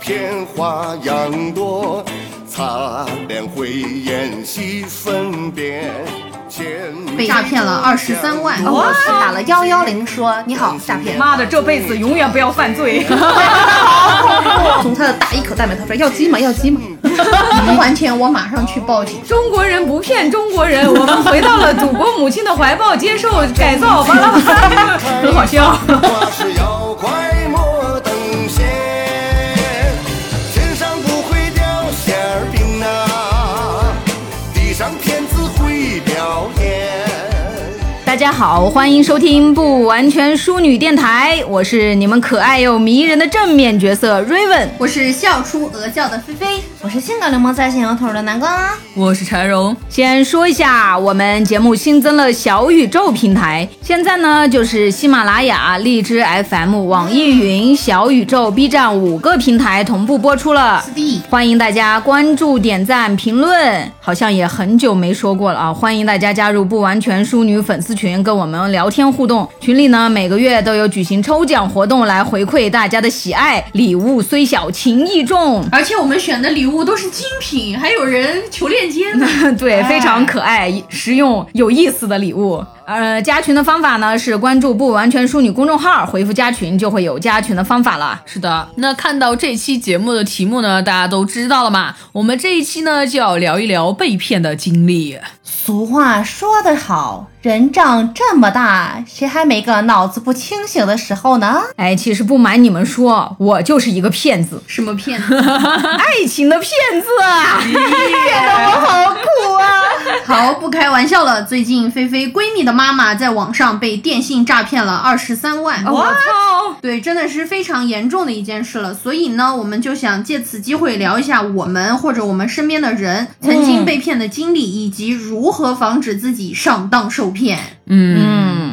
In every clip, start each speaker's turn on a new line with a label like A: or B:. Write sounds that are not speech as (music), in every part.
A: 片花样多，擦亮慧眼细分辨。
B: 被诈骗了二十三万，我打了幺幺零说你
C: 嗯
B: 好诈骗，
C: 妈的，这辈子永远不要
D: (laughs)
C: 犯罪。
B: (laughs) 从他的大衣口袋里面掏出来要鸡吗要鸡吗？
E: 嗯
B: (laughs) 不还钱我马上去报警。
C: 中国人不骗中国人，我们回到了祖国母亲的怀抱，接受改造，巴拉巴拉，很好笑。
A: 花是要快莫等闲，天上不会掉馅儿饼啊，地上天子会表演。
D: (laughs) 大家好，欢迎收听不完全淑女电台，我是你们可爱又迷人的正面角色 Raven。
B: 我是笑出鹅叫的菲菲，
E: 我是性格流氓在线摇头的南瓜，
C: 我是柴荣，
D: 先说一下，我们节目新增了小宇宙平台，现在呢就是喜马拉雅、荔枝 FM、网易云、小宇宙、B 站五个平台同步播出了。
B: 弟
D: 欢迎大家关注、点赞、评论，好像也很久没说过了啊！欢迎大家加入不完全淑女粉丝群，跟我们聊天互动。群里呢，每个月都有举行抽奖活动来回馈大家的喜爱，礼物虽小，情意重。 (laughs)
E: 而且我们选的礼物都是精品，还有人求链接呢。
D: 对，非常可爱、实用、有意思的礼物。呃，加群的方法呢是关注“不完全淑女”公众号，回复“加群”就会有加群的方法了。
F: 是的，那看到这期节目的题目呢，大家 (laughs) 都知道了嘛。我们这一期呢，就要聊一聊被骗的经历。
E: 俗话说得好，人长这么大，谁还没个脑子不清醒的时候呢？
D: 哎，其实不瞒你们说，我就是一个骗子，
B: 什么骗子？
D: 爱情的骗子啊！
B: 好，不开玩笑了。最近菲菲闺蜜的妈妈在网上被电信诈骗了二十三万，
C: 我操！
B: 对，真的是非常严重的一件事了。所以呢，我们就想借此机会聊一下我们或者我们身边的人曾经被骗的经历，以及如何防止自己上当受骗。
F: 嗯，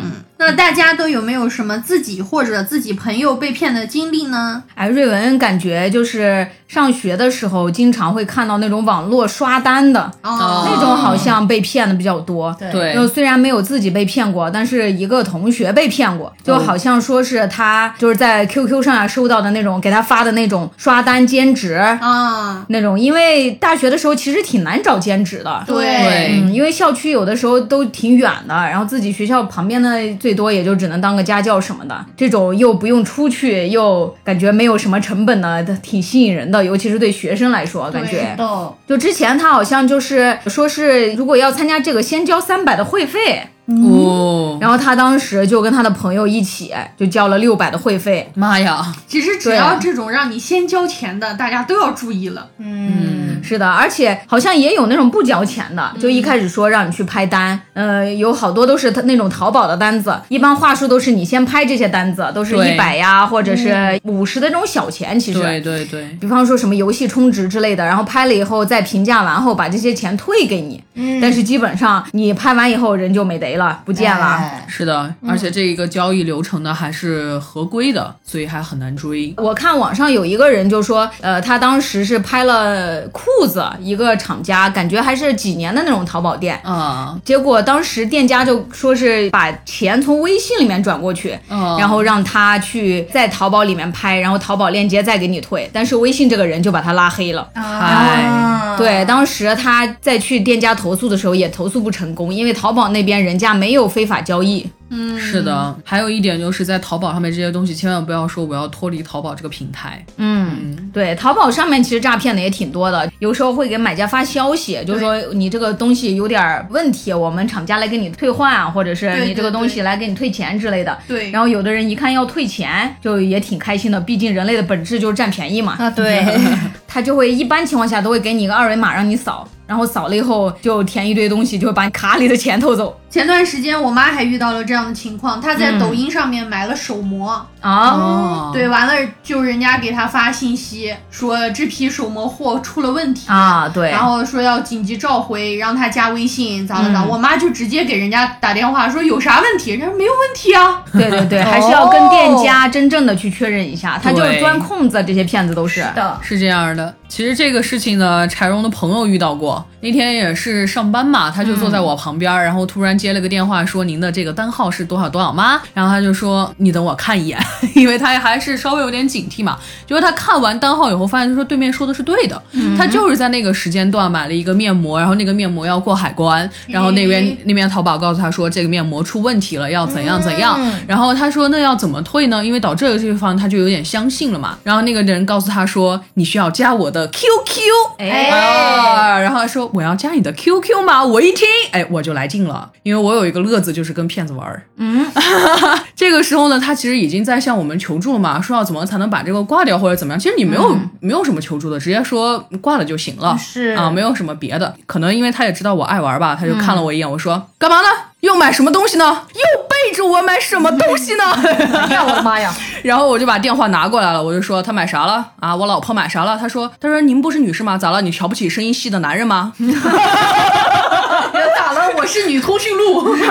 D: 嗯，
B: 那大家都有没有什么自己或者自己朋友被骗的经历呢？
D: 哎，瑞文感觉就是上学的时候，经常会看到那种网络刷单的、
B: 哦
D: 那种，好像被骗的比较多。
E: 对
F: 对
D: 就，虽然没有自己被骗过，但是一个同学被骗
F: 哦
D: 过，就好像说是他就是在 QQ 上啊收到的那种给他发的那种刷单兼职。
F: 哦
B: 啊，
D: 那种，因为大学的时候其实挺难找兼职的，
B: 对
F: 对
D: 嗯，因为校区有的时候都挺远的，然后自己学校旁边的最多也就只能当个家教什么的，这种又不用出去，又感觉没有什么成本的，挺吸引人的，尤其是对学生来说，感觉。
E: 豆，
D: 就之前他好像就是说是，如果要参加这个，先交三百的会费，
F: 哦，
D: 然后他当时就跟他的朋友一起就交了六百的会费。
F: 妈呀，
C: 其实
D: 对啊
C: 这种让你先交钱的，大家都要注意了。
E: 嗯，
D: 是的，而且好像也有那种不交钱的，
F: 嗯
D: 就一开始说让你去拍单，呃，有好多都是他那种淘宝的单子，一般话术都是你先拍这些单子，都是
F: 对嗯
D: 一百呀，或者是五十的这种小钱，其实。
F: 对对对，
D: 比方说什么游戏充值之类的，然后拍了以后再评价完后把这些钱退给你，
F: 嗯
D: 但是基本上你拍完以后人就没得了，不见了。
E: 哎
F: 是的，而且这个交易流程呢还是合规的，所以还很难追。
D: 我看网上有一个人就说，呃，他当时是拍了裤子，一个厂家，感觉还是几年的那种淘宝店。
F: 啊，
D: 结果当时店家就说是把钱从微信里面转过去，
F: 哦
D: 然后让他去在淘宝里面拍，然后淘宝链接再给你退。但是微信这个人就把他拉黑了。
F: 嗨，
B: 啊
D: 对，当时他再去店家投诉的时候也投诉不成功，因为淘宝那边人家没有非法交易。
F: 是的，还有一点就是在淘宝上面这些东西，千万不要说我要脱离淘宝这个平台。
D: 嗯，对，淘宝上面其实诈骗的也挺多的，有时候会给买家发消息，就说你这个东西有点儿问题，我们厂家来给你退换啊，或者是
B: 对
D: 你这个
B: 对
D: 东西
B: 对
D: 来给你退钱之类的。
B: 对，
D: 然后有的人一看要退钱，就也挺开心的，毕竟人类的本质就是占便宜嘛。
E: 啊，对，
D: (laughs) 他就会一般情况下都会给你一个二维码让你扫，然后扫了以后就填一堆东西，就会把你卡里的钱偷走。
B: (laughs) 前段时间我妈还遇到了这样的情况，她在抖音上面买了手膜，
D: 啊，
F: 哦，
B: 对，完了就人家给她发信息说这批手膜货出了问题
D: 啊对
B: 然后说要紧急召回，让她加微信，咋了咋？我妈就直接给人家打电话说有啥问题，人家说没有问题啊，
D: 对对对，还是要跟店家真正的去确认一下，他就是钻空子，这些骗子都是。
E: 的，
F: 是这样的。其实这个事情呢，柴荣的朋友遇到过。那天也是上班嘛，他就坐在我旁边，然后突然接了个电话，说您的这个单号是多少多少吗？然后他就说你等我看一眼， (laughs) 因为他还是稍微有点警惕嘛。结果他看完单号以后，发现就说对面说的是对的，他就是在那个时间段买了一个面膜，然后那个面膜要过海关，然后那边那边淘宝告诉他说这个面膜出问题了，要怎样怎样。然后他说那要怎么退呢？因为导这个地方他就有点相信了嘛。然后那个人告诉他说你需要加我的 QQ，哎啊，然后他说我要加你的 QQ 吗？我一听，哎，我就来劲了，因为我有一个乐子就是跟骗子玩儿。嗯， (laughs) 这个时候呢，他其实已经在向我们求助了嘛，说要怎么才能把这个挂掉或者怎么样。其实你没有、没有什么求助的，直接说挂了就行了。
E: 是
F: 啊，没有什么别的。可能因为他也知道我爱玩吧，他就看了我一眼，我说干嘛呢？又买什么东西呢？又背着我买什么东西呢？
E: 呀，我的妈
C: 哎
E: 呀！
F: 然后我就把电话拿过来了，我就说他买啥了啊？我老婆买啥了？他说他说您不是女士吗？咋了？你瞧不起声音细的男人吗？ (laughs)
C: 咋了？我是女通讯录。
F: (laughs)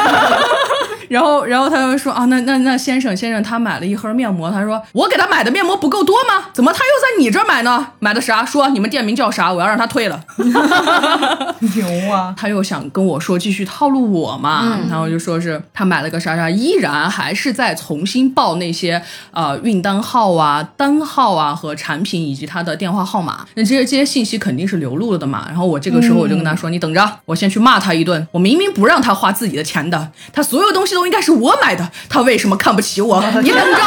F: 然后然后他就说啊，那那那先生先生他买了一盒面膜，他说我给他买的面膜不够多吗？怎么他又在你这儿买呢？买的啥？说你们店名叫啥？我要让他退了。 (laughs)
E: 牛啊！
F: 他又想跟我说继续套路我嘛，然后就说是他买了个啥啥，依然还是在重新报那些呃运单号啊、单号啊和产品以及他的电话号码，那这些这些信息肯定是流露了的嘛。然后我这个时候我就跟他说：“你等着，我先去骂他一顿。我明明不让他花自己的钱的，他所有东西都应该是我买的，他为什么看不起我？你等着。”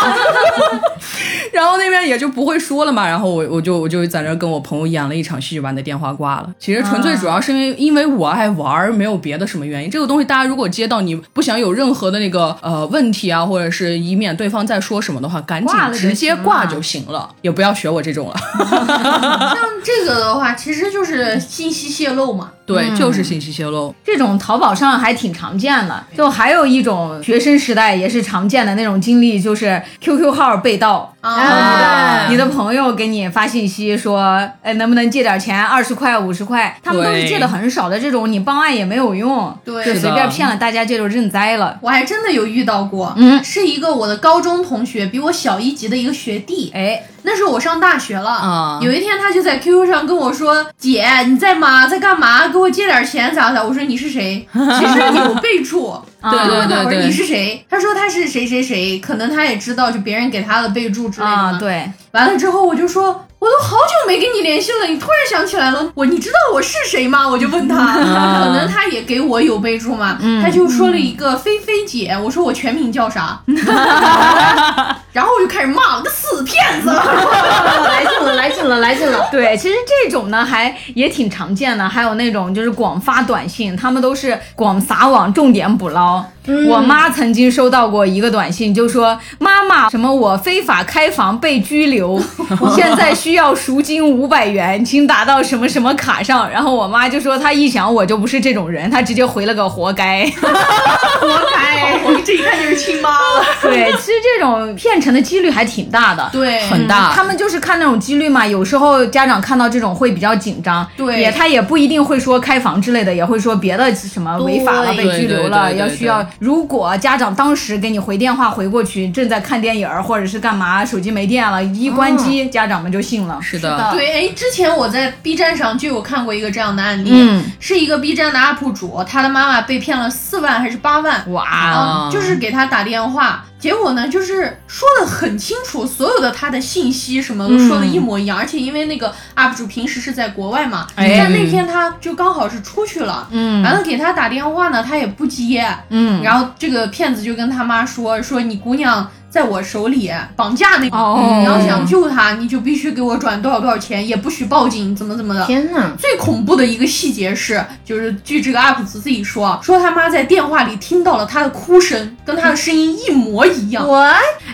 F: 然后那边也就不会说了嘛，然后我我就我就在那儿跟我朋友演了一场戏，就把那电话挂了。其实纯粹主
G: 啊
F: 要是因为、因为我爱玩儿，没有别的什么原因。这个东西大家如果接到你不想有任何的那个呃问题啊，或者是以免对方再说什么的话，赶紧
G: 挂了就
F: 直接
G: 行了
F: 挂就行了，也不要学我这种了。
C: 像这个的话，其实
F: 嗯
C: 就是信息泄露嘛。
F: 对，
G: 嗯
F: 就是信息泄露。
D: 这种淘宝上还挺常见的。就还有一种学生时代也是常见的那种经历，就是 QQ 号被盗。
C: 啊
D: 你的朋友给你发信息说，哎，能不能借点钱，二十块、五十块？他们都是
F: 对
D: 借的很少的这种，你报案也没有用，
C: 对
D: 就是随
F: 的
D: 便骗了大家，这就认栽了。
C: 我还真的有遇到过，
D: 嗯
C: 是一个我的高中同学，比我小一级的一个学弟。
D: 哎，
C: 那时候我上大学了，
F: 啊
C: 有一天他就在 QQ 上跟我说：“姐，你在吗？在干嘛？给我借点钱咋咋？”我说：“你是
F: (laughs)
C: 谁？”其实有备注。
D: 啊
F: 对
C: 我就
F: 对
C: 问他：“
F: 对
C: 我说
F: 对，
C: 你是谁？”他说：“他是谁谁谁。”可能他也知道就别人给他的备注之类的嘛
D: 啊，对，
C: 完了之后，我就说，我都好久没跟你联系了，你突然想起来了，我你知道我是谁吗？我就问他，
F: 啊
C: (laughs) 可能他也给我有备注嘛，他就说了一个菲菲姐，我说我全名叫啥， (laughs) 然后我就开始骂了个死骗子， (laughs)
G: 来劲了，来劲了，来劲了。
D: 对，其实这种呢还也挺常见的，还有那种就是广发短信，他们都是广撒网，重点捕捞。
C: 嗯
D: 我妈曾经收到过一个短信，就说妈妈什么我非法开房被拘留，
C: (laughs)
D: 现在需要赎金五百元，请打到什么什么卡上。然后我妈就说她一想我就不是这种人，她直接回了个活该。 (laughs)
C: 哎，我这一看就是亲妈了，
D: 对，其实这种骗成的几率还挺大的。
C: 对，
F: 很大。
D: 嗯他们就是看那种几率嘛，有时候家长看到这种会比较紧张，
C: 对
D: 也他也不一定会说开房之类的，也会说别的什么违法了、
C: 对
D: 被拘留了，
F: 对对对对
D: 要需要。如果家长当时给你回电话回过去，正在看电影儿或者是干嘛，手机没电了，一关机，家长们就信了。
F: 是
E: 是的
F: 的，
C: 对，哎，之前我在 B 站上就有看过一个这样的案例，
D: 嗯
C: 是一个 B 站的 UP 主，他的妈妈被骗了四万还是八万，
F: 哦
D: 哇，
C: 啊，就是给他打电话，结果呢，就是说的很清楚，所有的他的信息什么
D: 嗯
C: 都说的一模一样，而且因为那个 UP 主平时是在国外嘛，
D: 哎
C: 但那天他就刚好是出去了，
D: 嗯
C: 完了给他打电话呢，他也不接，
D: 嗯，
C: 然后这个骗子就跟他妈说，说你姑娘在我手里绑架那个，
D: 哦
C: 你要想救她，你就必须给我转多少多少钱，也不许报警，怎么怎么的，
E: 天哪！
C: 最恐怖的一个细节是，就是据这个 UP 主自己说，说他妈在电话里听到了他的哭声，跟他的声音一模一样。
E: 我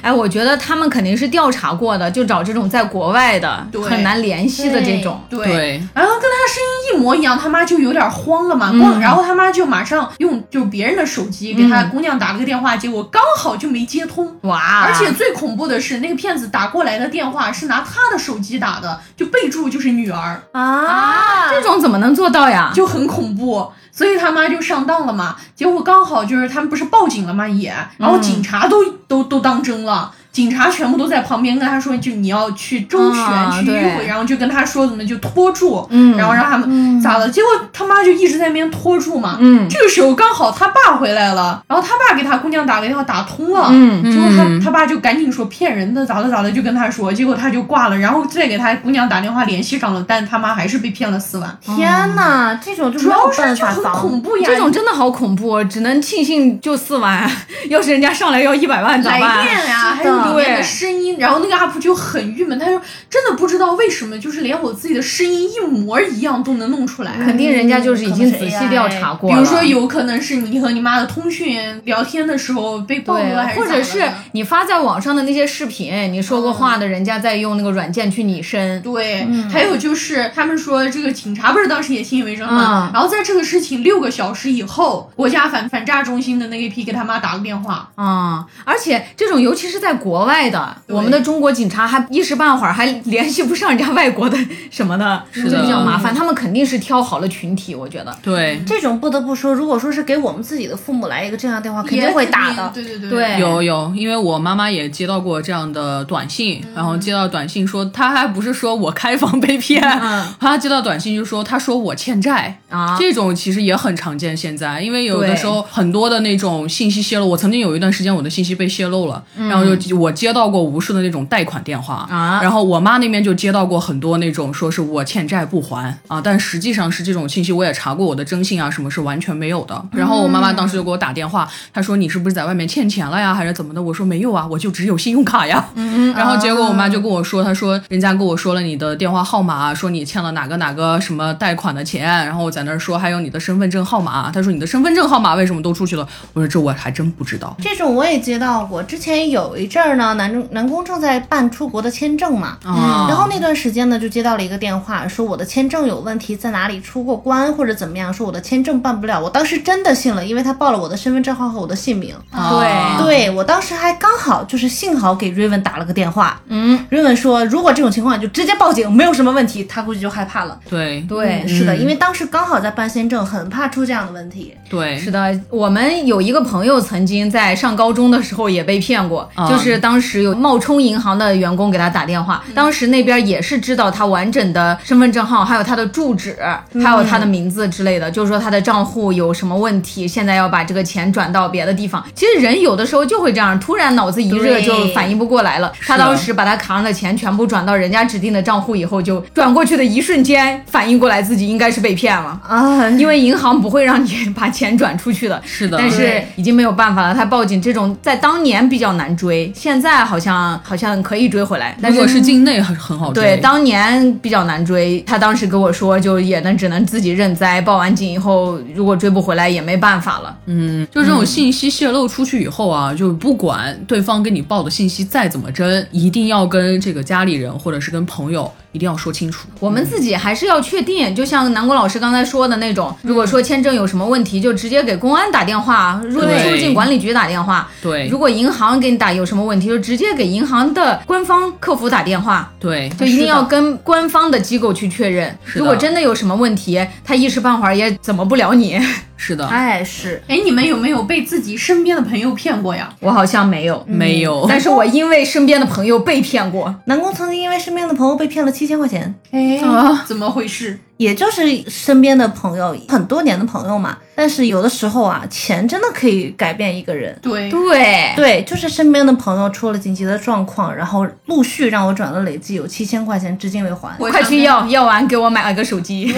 D: 哎，我觉得他们肯定是调查过的，就找这种在国外的
C: 对
D: 很难联系的这种。
C: 对。
F: 对
C: 然后跟他声音一模一样，他妈就有点慌了嘛，光、然后他妈就马上用就是别人的手机给他姑娘打了个电话，结果刚好就没接通。
D: 哇，
C: 而且最恐怖的是，那个骗子打过来的电话是拿他的手机打的，就备注就是女儿，
E: 啊，
D: 这种怎么能做到呀？
C: 就很恐怖，所以他妈就上当
D: 嗯
C: 了嘛。结果刚好就是他们不是报警了嘛也，然后警察都、都都当真了，警察全部都在旁边跟他说，就你要去周旋、
D: 啊
C: 去迂回，
D: 对
C: 然后就跟他说怎么就拖住，
D: 嗯
C: 然后让他们、咋了？结果他妈就一直在那边拖住嘛。
D: 嗯
C: 这个时候刚好他爸回来了，然后他爸给他姑娘打个电话打通了，
D: 嗯
C: 结果他
F: 嗯
C: 他爸就赶紧说骗人的，咋了咋了，就跟他说，结果他就挂了，然后再给他姑娘打电话联系上了，但他妈还是被骗了四万，
E: 天哪，这种就
C: 主
E: 没
C: 要
E: 有
C: 是
E: 办
C: 就
E: 法
C: 很
E: 防。
C: 恐怖呀，
D: 这种真的好恐怖，哦只能庆幸就四万，要是人家上来要一百万咋
C: 来
D: 办？
C: 电呀、还
D: 是的
C: 有里面的
D: 对
C: 声音，然后那个 UP 就很郁闷，他说真的不知道为什么，就是连我自己的声音一模一样都能弄出来。
D: 肯定人家就是已经
E: 可
D: 仔
E: 能是
D: 细调查过
C: 比
D: 了，
C: 如说，有可能是你和你妈的通讯聊天的时候被暴露了，还
D: 对，
C: 是
D: 或者
C: 咋了
D: 是
C: 的
D: 你发在网上的那些视频，你说过话的，人家在用那个软件去拟声。
C: 对，还有就是他们说这个警察不是当时也信以为真嘛，
D: 嗯
C: 然后在这个事情六个小时以后，国家反反诈中心的那一批给他妈打个电话，
D: 啊、而且这种尤其是在国外的，
C: 对
D: 我们的中国警察还一时半会儿还联系不上人家外国的什么的，
F: 是
D: 就
F: 的
D: 比较麻烦。他们肯定是挑好了群体，我觉得。
F: 对，
E: 这种不得不说，如果说是给我们自己的父母来一个这样的电话，肯定会打的。
C: 对对对
D: 对
F: 有有，因为我妈妈也接到过这样的短信，
D: 嗯
F: 然后接到短信说，她还不是说我开房被骗，
D: 嗯
F: 她接到短信就说，她说我欠债
D: 啊
F: 这种其实也很常见。现在，因为有的
D: 对
F: 时候很多的那种信息泄露，我曾经有一段时间我的信息被泄露了，然后就我接到过无数的那种贷款电话
D: 啊
F: 然后我妈那边就接到过很多那种说是我欠债不还啊，但实际上是这种信息我也查过我的征信啊，什么是完全没有的。然后我妈妈当时就给我打电话，她说你是不是在外面欠钱了呀，还是怎么的？我说没有啊，我就只有信用卡呀。然后结果我
D: 啊
F: 妈就跟我说，她说人家跟我说了你的电话号码，说你欠了哪个哪个什么贷款的钱，然后我在那儿说还有你的身份证号码，她说你的身份证号码为什么都出去了？我说这我还真不知道。
E: 这种我也接到过，之前有一阵儿呢，南南宫正在办出国的签证嘛，
F: 啊
E: 然后那段时间呢，就接到了一个电话，说我的签证有问题，在哪里出过关或者怎么样，说我的签证办不了。我当时真的信了，因为他报了我的身份证号和我的姓名。
F: 啊
E: 对我当时还刚好就是幸好给瑞文打了个电话，
D: 嗯，
E: 瑞文说如果这种情况你就直接报警，没有什么问题。他估计就害怕了。
F: 对
D: 对
E: 嗯，是的，因为当时刚好在办签证，很怕出这样的问题。
F: 对
D: 是的，我们有一个朋友曾经在上高中的时候也被骗过，
F: 啊
D: 就是当时有冒充银行的员工给他打电话，当时那边也是知道他完整的身份证号，还有他的住址，还有他的名字之类的，就是说他的账户有什么问题，现在要把这个钱转到别的地方。其实人有的时候就会这样，突然脑子一热
E: 对
D: 就反应不过来了。他
F: 的
D: 当时把他卡上的钱全部转到人家指定的账户以后，就转过去的一瞬间反应过来自己应该是被骗了。
E: 啊，
D: 因为银行不会让你 (laughs) 把钱转出去的。
F: 是的，
D: 但是
E: 对
D: 已经没有办法了，他报警这种在当年比较难追，现在好像好像可以追回来，但
F: 如果
D: 是。
F: 是境内很很好追，
D: 对，当年比较难追，他当时跟我说，就也能只能自己认栽，报完警以后，如果追不回来也没办法了。
F: 嗯就这种
D: 嗯
F: 信息泄露出去以后啊，就是不管对方给你报的信息再怎么真，一定要跟这个家里人或者是跟朋友一定要说清楚。
D: 我们自己还是要确定，就像南宫老师刚才说的那种，
F: 嗯
D: 如果说签证有什么问题，就直接给公安打电话，入
F: 对
D: 出入境管理局打电话。
F: 对
D: 如果银行给你打有什么问题，就直接给银行的官方客服打电话。
F: 对，
D: 就一定要跟官方的机构去确认。
F: 是的
D: 如果真的有什么问题，他一时半会儿也怎么不了你。
F: 是的，
E: 哎是，
C: 哎，你们有没有被自己身边的朋友骗过呀？
D: (laughs) 我好像没有，
F: 没有，
D: 嗯 (laughs) 但是我因为身边的朋友被骗过。
E: 南宫曾经因为身边的朋友被骗了七千块钱，
C: 哎，怎么回事？
E: 也就是身边的朋友很多年的朋友嘛。但是有的时候啊，钱真的可以改变一个人。
C: 对，
D: 对，
E: 对，就是身边的朋友出了紧急的状况，然后陆续让我转了累计有七千块钱，至今未还。
D: (laughs)
C: 我
D: 快
C: 想
D: 去
C: 跟
D: 要，要完给我买了个手 (laughs) 机。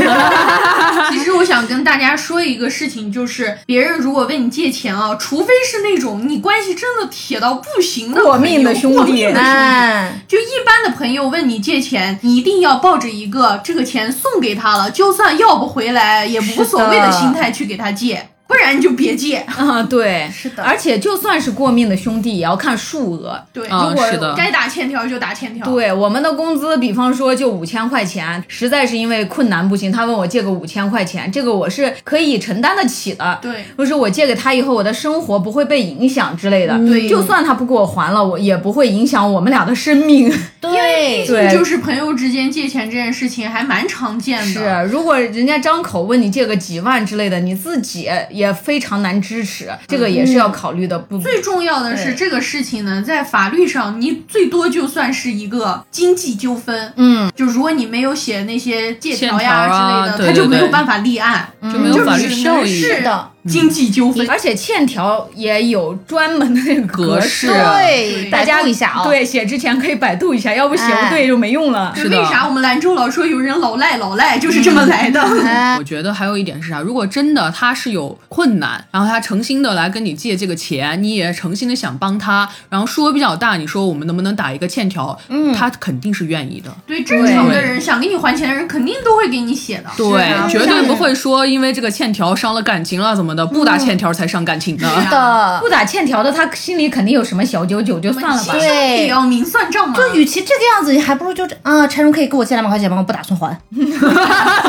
C: 其实我想跟大家说一个事情，就是别人如果问你借钱啊，除非是那种你关系真的铁到不行的
D: 过
C: 朋
D: 命
C: 友
D: 的兄
C: 过
D: 弟
C: 命的
E: 哎，
C: 就一般的朋友问你借钱，你一定要抱着一个这个钱送给他了，就算要不回来也无所谓的心态去给他借，不然你就别借。
D: (laughs) 啊，对，
E: 是的
D: 而且就算是过命的兄弟，也要看数额。
C: 对，
F: 啊
C: 如果
F: 是的
C: 该打欠条就打欠条。，
D: 对我们的工资，比方说就五千块钱，实在是因为困难不行，他问我借个五千块钱，这个我是可以承担得起的。
C: 对
D: 就是我借给他以后，我的生活不会被影响之类的。
C: 对
D: 就算他不给我还了，我也不会影响我们俩的生命。
E: 对，
D: 对
C: 就是朋友之间借钱这件事情还蛮常见
D: (laughs)
C: 的。
D: 是，如果人家张口问你借个几万之类的，你自己也非常难支持，这个也是要考虑的不。
B: 最重要的是
E: 对
B: 这个事情呢，在法律上你最多就算是一个经济纠纷，
D: 嗯，
B: 就如果你没有写那些借条
F: 线条啊
B: 呀之类的，
F: 对
B: 他就
F: 对
B: 没
F: 对
B: 有办法立案，
F: 就没有法律效益。
B: 是
E: 的，
B: 经济纠纷。
D: 而且欠条也有专门的那个格
F: 格
D: 式，
F: 式
E: 对，
D: 大家
E: 百度一下啊、，
D: 对，写之前可以百度一下，要不写不
E: 哎
D: 对就没用
C: (laughs)
D: 了。
B: 对
F: 是的
B: 为啥我们兰州老说有人老赖老赖，就是这么来的？
E: 哎
F: 我，觉得还有一点是啥？如果真的他是有困难，然后他诚心的来跟你借这个钱，你也诚心的想帮他，然后说比较大，你说我们能不能打一个欠条？嗯，他肯定是愿意的，
B: (laughs) 对，正常的人想给你还钱的人肯定都会给你写的。
F: 对，
E: 啊嗯
F: 绝对不会说因为这个欠条伤了感情啊了怎么的，不打欠条才伤感情呢。
E: 是啊的，
D: 不打欠条的，他心里肯定有什么小九九，就算了吧。
E: 对
B: 也要明算账嘛。
E: 就与其这个样子，你还不如就这啊，柴荣可以给我借两百块钱吗？我不打算还，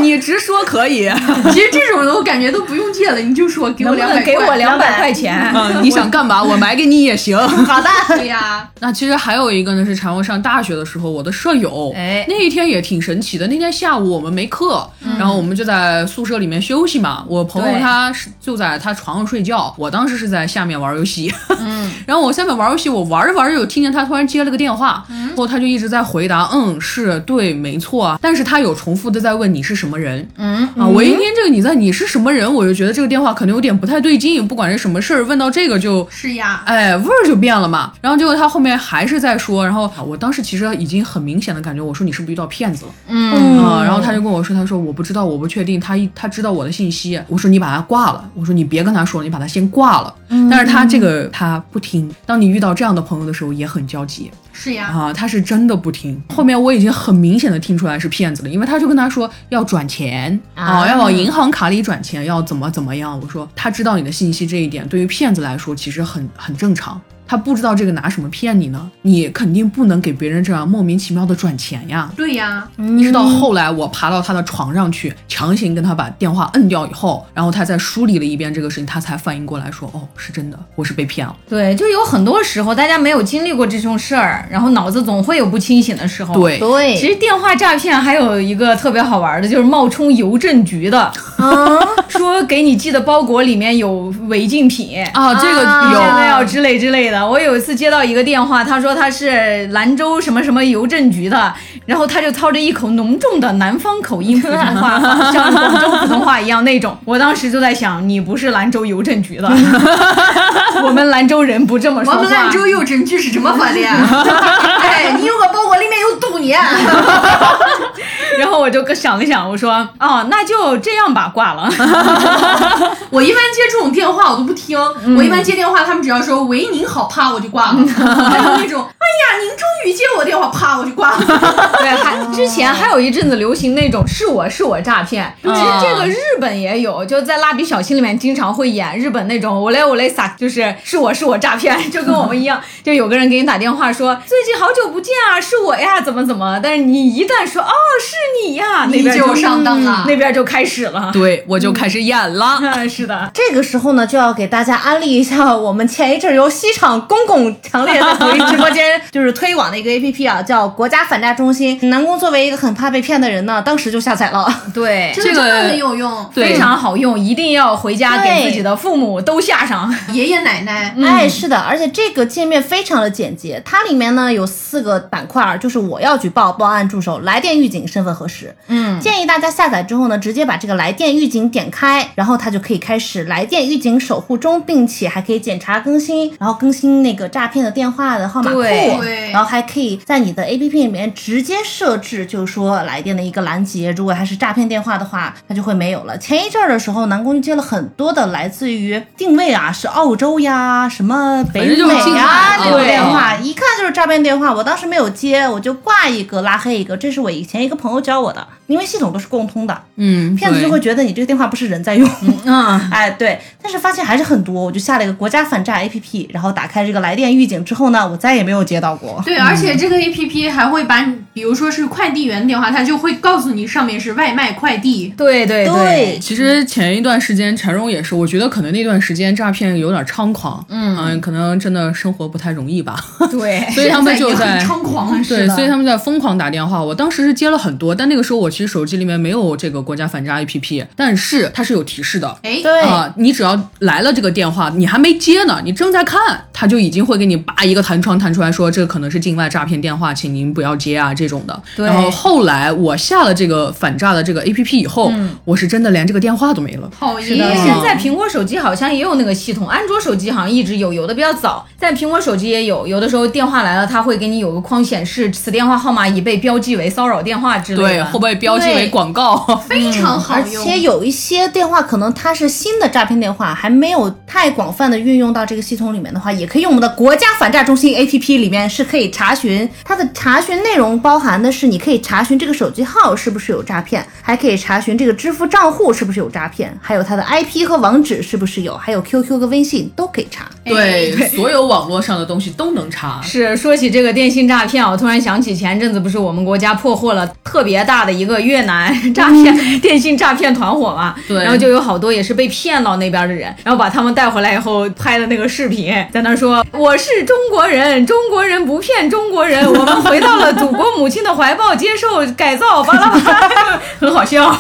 F: 你直说可以，
B: 其实这种的我感觉都不用借了，你就说给我
D: (laughs) 能不
B: 两百
D: 能给我两百块钱？
F: 嗯，你想干嘛我买给你
E: (laughs)
F: 也行。
B: 好的，对呀，
F: 那其实还有一个呢，是常荣上大学的时候，我的舍友，
D: 哎
F: 那一天也挺神奇的。那天下午我们没课，然后我们就在宿舍里面休息嘛。我朋友
D: 对
F: 他是就在他床上睡觉，我当时是在下面玩游戏。 (laughs) 然后我下面玩游戏，我玩着玩着有听见他突然接了个电话，然后他就一直在回答，嗯，是对，没错啊。但是他有重复的在问你是什么人，嗯啊，我一听这个你在你是什么人，我就觉得这个电话可能有点不太对劲，不管是什么事儿，问到这个就是
B: 呀，
F: 哎，味儿就变了嘛。然后结果他后面还是在说，然后啊我当时其实已经很明显的感觉，我说你是不是遇到骗子了？嗯然后他就跟我说，他说我不知道，我不确定，他一他知道我的信息。我说你把他挂了，我说你别跟他说，你把他先挂了。但是他这个他不听。当你遇到这样的朋友的时候，也很焦急
B: 是呀，
F: 啊，他是真的不听。后面我已经很明显的听出来是骗子了，因为他就跟他说要转钱啊，
E: 啊
F: 要往银行卡里转钱，要怎么怎么样。我说他知道你的信息这一点，对于骗子来说其实很很正常。他不知道这个拿什么骗你呢？你肯定不能给别人这样莫名其妙的转钱呀。
B: 对呀，
E: 嗯
F: 一直到后来我爬到他的床上去，强行跟他把电话摁掉以后，然后他再梳理了一遍这个事情，他才反应过来说，哦，是真的，我是被骗了。
D: 对，就有很多时候大家没有经历过这种事儿，然后脑子总会有不清醒的时
E: 哦
D: 候。。
F: 对，
D: 其
E: 对，
D: 实电话诈骗还有一个特别好玩的，就是冒充邮政局的， (laughs) 说给你寄的包裹里面有违禁品，
F: 啊，这个
D: 你现在
F: 有。
D: 要之类之类的。我有一次接到一个电话，他说他是兰州什么什么邮政局的，然后他就操着一口浓重的南方口音普 (laughs) 通话，像广州普通话一样那种。我当时就在想，你不是兰州邮政局的， (laughs) 我们兰州人不这么说
B: 我
D: 话。
B: 们兰州邮政局是什么法的呀？ (laughs) 哎，你有个包裹里面有赌你，啊
D: 然后我就跟想了想，我说哦，那就这样吧，挂了。
B: (laughs) 我一般接这种电话我都不听，我一般接电话，他们只要说“喂，您好”，啪我就挂了。还有那种“哎呀，您终于接我电话”，啪我就挂了。
D: 对，还之前还有一阵子流行那种是我是我诈骗，其实这个日本也有，就在《蜡笔小新》里面经常会演日本那种我嘞我嘞撒，就是是我是我诈骗，就跟我们一样，就有个人给你打电话说最近好久不见啊，是我呀，怎么怎么，但是你一旦说哦是你呀，那
B: 你
D: 边
B: 就上当
D: 嗯
B: 了
D: 那边就开始了。
F: 对，我就开始演了。
D: 嗯，是的，
E: 这个时候呢，就要给大家安利一下我们前一阵儿由西厂公公强烈在抖音直播间就是推广的一个 APP 啊，叫国家反诈中心。南宫作为一个很怕被骗的人呢，当时就下载了。
D: 对。
B: (laughs) 这个真
F: 这
B: 的
F: 个
B: 很有用，
F: 对
D: 非常好用，一定要回家给
E: 对
D: 自己的父母都下上。 (laughs)
B: 爷爷奶奶。
D: 嗯
E: 哎，是的，而且这个界面非常的简洁，它里面呢有四个板块儿，就是我要举报、报案助手、来电预警、身份核实。嗯，建议大家下载之后呢，直接把这个来电预警点开，然后它就可以开始来电预警守护中，并且还可以检查更新，然后更新那个诈骗的电话的号码库，
D: 对
B: 对
E: 然后还可以在你的 APP 里面直接设置，就是说来电的一个拦截，如果它是诈骗电话的话，它就会没有了。前一阵儿的时候，南宫就接了很多的来自于定位啊，是澳洲呀、什么
D: 哎
E: 北
F: 反正就是
E: 美
F: 境
E: 呀
F: 外
E: 这种
D: 对
E: 啊电话，一看就是诈骗电话。我当时没有接，我就挂一个拉黑一个，这是我以前一个朋友教我的，因为系统都是共通的，
F: 嗯，
E: 骗子
F: 对
E: 就会觉得你这个电话不是人在用。(laughs)
D: 嗯，
E: 哎，对，但是发现还是很多，我就下了一个国家反诈 APP，然后打开这个来电预警之后呢，我再也没有接到过。
B: 对，而且这个 A P P 还会把你，比如说是快递员电话，它就会告诉你上面是外卖快递。
D: 对对对，
F: 其实前一段时间陈荣也是，我觉得可能那段时间诈骗有点猖狂，嗯可能真的生活不太容易吧， (laughs)
D: 对
F: 所以他们就
B: 现在嗯
F: 在
B: 也很猖狂，
F: 对，所以他们在疯狂打电话。我当时是接了很多多，但那个时候我其实手机里面没有这个国家反诈 APP，但是它是有提示的。
B: 哎，
E: 对
F: 啊、你只要来了这个电话，你还没接呢，你正在看，他就已经会给你叭一个弹窗弹出来说，这可能是境外诈骗电话，请您不要接啊这种的。
D: 对
F: 然后后来我下了这个反诈的这个 APP 以后，我是真的连这个电话都没了。
B: 讨
D: 是的，
B: 厌，
D: 现在苹果手机好像也有那个系统，安卓手机好像一直有，有的比较早，但苹果手机也有。有的时候电话来了，它会给你有个框显示此电话号码已被标记为骚扰电话之类的。
F: 对，后被标记为
E: 对
F: 广告。
B: 非常好
E: 而
B: 用。
E: 且有一些电话可能它是新的诈骗电话，还没有太广泛的运用到这个系统里面的话，也可以用我们的国家反诈中心 APP 里面是可以查询它的查询内容包含的是你可以查询这个手机号是不是有诈骗，还可以查询这个支付账户是不是有诈骗，还有它的 IP 和网址是不是有，还有 QQ 跟微信都可以查。
B: 哎
F: 对，所有网络上的东西都能查。
D: 是说起这个电信诈骗啊，我突然想起前阵子不是我们国家破获了特别大的一个越南 (laughs) 诈骗、电信诈骗团伙嘛？
F: 嗯对
D: 然后就有好多也是被骗到那边的人，然后把他们带回来以后拍的那个视频，在那儿说我是中国人，中国人不骗中国人，我们回到了祖国母亲的怀抱，接受改造，巴拉巴拉，很好笑。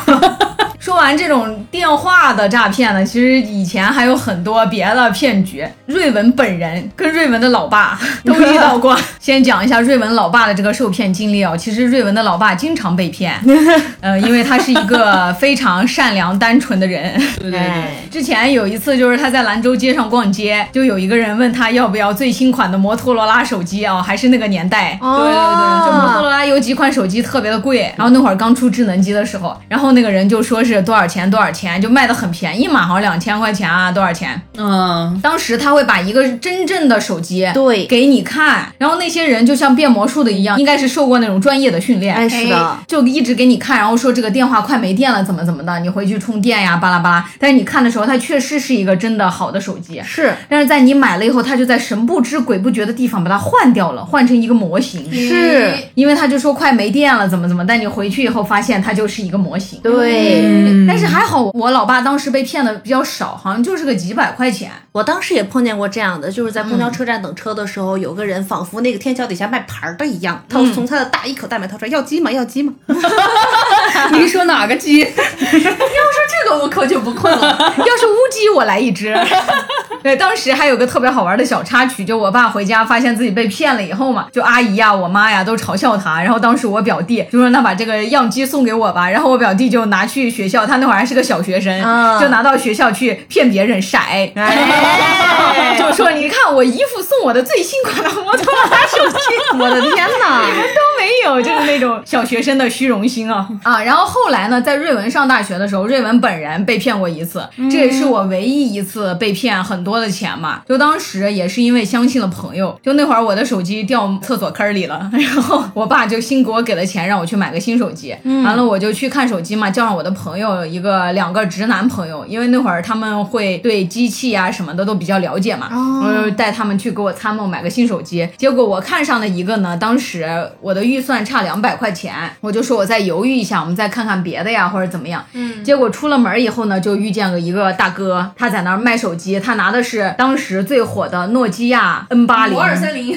D: 说完这种电话的诈骗呢，其实以前还有很多别的骗局。瑞文本人跟瑞文的老爸都遇到过。先讲一下瑞文老爸的这个受骗经历哦。其实瑞文的老爸经常被骗，呃，因为他是一
F: (laughs)
D: 个非常善良、单纯的人。哎
F: 对对对，
D: 之前有一次，就是他在兰州街上逛街，就有一个人问他要不要最新款的摩托罗拉手机啊、还是那个年代。
E: 哦
D: 对对对，就摩托罗拉有几款手机特别的贵，然后那会儿刚出智能机的时候，然后那个人就说是多少钱多少钱，就卖的很便宜嘛，好像两千块钱啊，多少钱？
F: 嗯，
D: 当时他会把一个真正的手机
E: 对
D: 给你看，然后那些人就像变魔术的一样，应该是受过那种专业的训练，
E: 哎，是的，
D: 就一直给你看，然后说这个电话快没电了，怎么怎么的，你回去充电呀，巴拉巴拉。但是你看的时候，它确实是一个真的好的手机，
E: 是
D: 但是在你买了以后，它就在神不知鬼不觉的地方把它换掉了，换成一个模型。
E: 是
B: 哎
D: 因为他就说快没电了，怎么怎么，但你回去以后发现它就是一个模型。
E: 对。
D: 但是还好，我老爸当时被骗的比较少，好像就是个几百块钱。
E: 我当时也碰见过这样的，就是在公交车站等车的时候，有个人仿佛那个天桥底下卖牌儿的一样，掏从他的大衣口袋里面掏出来要鸡吗？要鸡吗？
F: 您说哪个鸡？
D: 这个我可就不困了。
E: (laughs)
D: 要是乌鸡，我来一只。对，当时还有个特别好玩的小插曲，就我爸回家发现自己被骗了以后嘛，就阿姨呀、我妈呀都嘲笑他。然后当时我表弟就说：“那把这个样机送给我吧。”然后我表弟就拿去学校，他那会儿还是个小学生，
E: 啊
D: 就拿到学校去骗别人晒。
E: 哎
D: (laughs) 就说你看我姨父送我的最新款的摩托罗拉手机，
E: (laughs) 我的天哪！
D: 都没有，就是那种小学生的虚荣心啊 (laughs) 啊！然后后来呢，在瑞文上大学的时候，瑞文本人被骗过一次，这也是我唯一一次被骗很多的钱嘛。就当时也是因为相信了朋友，就那会儿我的手机掉厕所坑儿里了， (laughs) 然后我爸就新给我给了钱让我去买个新手机，完了我就去看手机嘛，叫上我的朋友一个两个直男朋友，因为那会儿他们会对机器啊什么的都比较了解嘛，我就带他们去给我参谋买个新手机。结果我看上的一个呢，当时我的预算差两百块钱，我就说我再犹豫一下，我们再看看别的呀，或者怎么样。嗯，结果出了门以后呢，就遇见了一个大哥，他在那儿卖手机，他拿的是当时最火的诺基亚 N 八零，
B: 五二三零，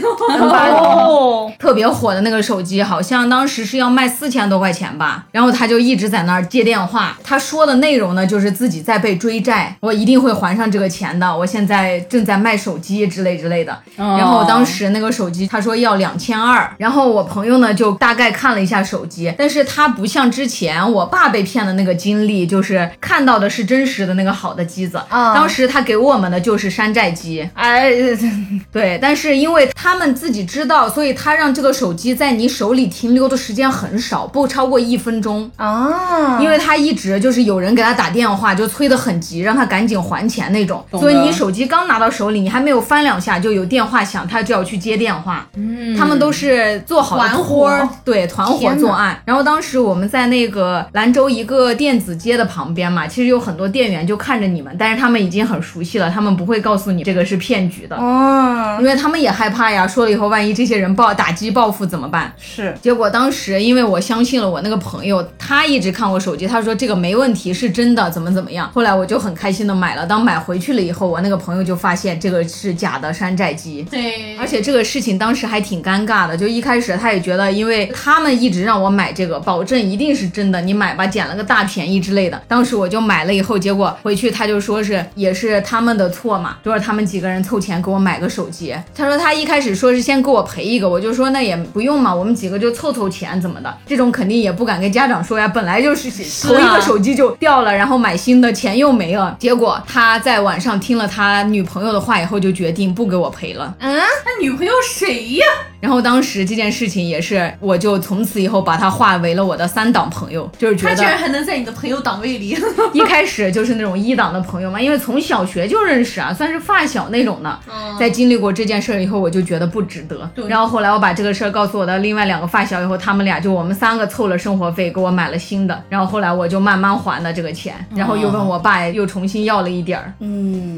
F: 哦
D: 特别火的那个手机，好像当时是要卖四千多块钱吧。然后他就一直在那儿接电话，他说的内容呢，就是自己在被追债，我一定会还上这个钱的。我现在正在卖手机之类之类的。然后当时那个手机他说要两千二，然后我朋友呢就大概看了一下手机，但是他不像之前我爸被骗的那个经历，就是看到的是真实的那个好的机子。
E: 啊
D: 当时他给我们的就是山寨机，
E: 哎，
D: 对，但是因为他们自己知道，所以他让这个手机在你手里停留的时间很少，不超过一分钟。
E: 啊，
D: 因为他一直就是有人给他打电话，就催得很急，让他赶紧还钱那种。
F: 懂
D: 所以
F: 的
D: 你手机刚拿到手里，你还没有翻两下，就有电话响，他就要去接电话。嗯，他们都是做好的
B: 团伙
D: 托儿，对，团伙
E: 天哪
D: 作案。然后当时我们在那个兰州一个电子街的旁边嘛，其实有很多店员就看着你们，但是他们已经很熟悉了，他们不会告诉你这个是骗局的。
E: 嗯，
D: 因为他们也害怕呀，说了以后万一这些人报打击报复怎么办？
E: 是
D: 结果当时因为我相信了我那个朋友，他一直看我手机，他说这个没问题，是真的，怎么怎么样。后来我就很开心的买了，当买回去了以后，我那个朋友就发现这个是假的山寨机。
B: 对，
D: 而且这个事情当时还挺尴尬的，就一开始他也觉得了，因为他们一直让我买这个，保证一定是真的，你买吧，捡了个大便宜之类的。当时我就买了以后，结果回去他就说是也是他们的错嘛，就是他们几个人凑钱给我买个手机。他说他一开始说是先给我赔一个，我就说那也不用嘛，我们几个就凑凑钱怎么的，这种肯定也不敢跟家长说呀，本来就是头一个手机就掉了，然后买新的钱又没了。结果他在晚上听了他女朋友的话以后，就决定不给我赔了。
C: 他女朋友谁呀？
D: 然后当时这件事情也是，我就从此以后把他化为了我的三档朋友，就是觉
C: 他居然
D: 得
C: 还能在你的朋友档位里，
D: (laughs) 一开始就是那种一档的朋友嘛，因为从小学就认识啊，算是发小那种的。
C: 嗯
D: 在经历过这件事儿以后，我就觉得不值得。然后后来我把这个事儿告诉我的另外两个发小以后，他们俩就我们三个凑了生活费，给我买了新的。然后后来我就慢慢还的这个钱，然后又问我爸又重新要了一点儿，
C: (laughs)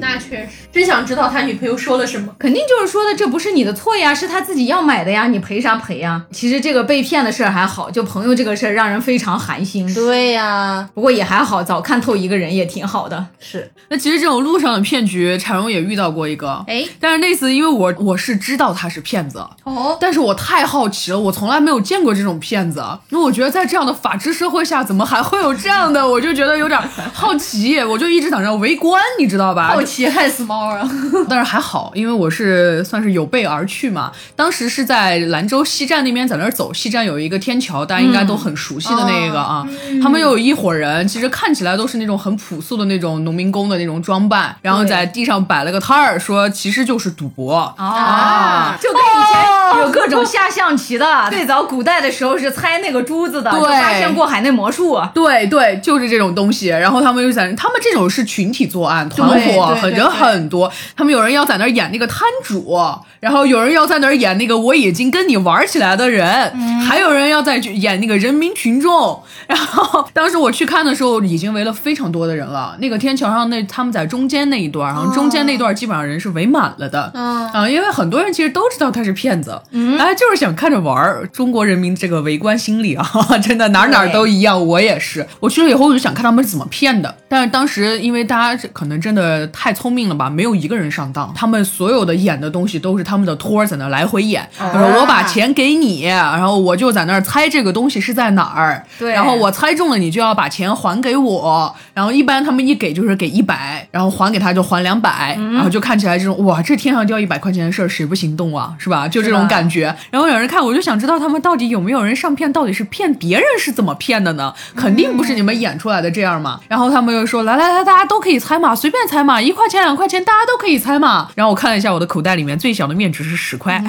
C: 那确实真想知道他女朋友说了什么。
D: 肯定就是说的，这不是你的错呀，是他自己要买的呀，你赔啥赔呀？其实这个被骗的事儿还好，就朋友这个事儿让人非常寒心。
E: 对呀、
D: 不过也还好，早看透一个人也挺好的。
E: 是
F: 那其实这种路上的骗局，柴荣也遇到过一个，
E: 哎，
F: 但是那次因为我我是知道他是骗子，
B: 哦，
F: 但是我太好奇了，我从来没有见过这种骗子，因为我觉得在这样的法治社会下，怎么还会有这样的？我就觉得有点好奇，我就一直想着围观，你知道吧？
C: 好奇害死猫啊！
F: (laughs) 但是还好，因为我是算是有备而去嘛。当时是在兰州西站那边，在那儿走，西站有一个天桥，大家应该都很熟悉的那个啊。
C: 嗯
F: 他们又有一伙人，其实看起来都是那种很朴素的那种农民工的那种装扮，然后在地上摆了个摊儿，说其实就是赌博。
D: 啊，就跟以前有各种下象棋的，最早古代的时候是猜那个珠子的，
F: 对
D: 就发现过海内魔术。
F: 对对，就是这种东西。然后他们又在，他们这种是群体作案，团伙，
C: 对对
F: 很
C: 对
F: 人很多。他们有人要在那儿演那个摊主，然后有人要在那儿演那个我已经跟你玩起来的人，
C: 嗯
F: 还有人要在去演那个人 (laughs) 民群众。然后当时我去看的时候，已经围了非常多的人了。那个天桥上那他们在中间那一段儿，然后中间那段儿基本上人是围满了的。
C: 嗯
F: 啊，因为很多人其实都知道他是骗子，哎，就是想看着玩儿。中国人民这个围观心理啊，真的哪儿哪儿都一样。我也是，我去了以后我就想看他们是怎么骗的。但是当时因为大家可能真的太聪明了吧，没有一个人上当。他们所有的演的东西都是他们的托儿在那来回演，就是我把钱给你，然后我就在那儿猜这个东西是在哪儿，
D: 对
F: 然后我猜中了你就要把钱还给我。然后一般他们一给就是给一百，然后还给他就还两百、然后就看起来这种哇，这天上掉一百块钱的事儿谁不心动啊，是吧？就这种感觉。然后有人看，我就想知道他们到底有没有人上骗，到底是骗别人是怎么骗的呢？肯定不是你们演出来的这样嘛。然后他们又说来来来，大家都可以猜嘛，随便猜嘛，一块钱两块钱大家都可以猜嘛。然后我看了一下我的口袋里面最小的面值是十块。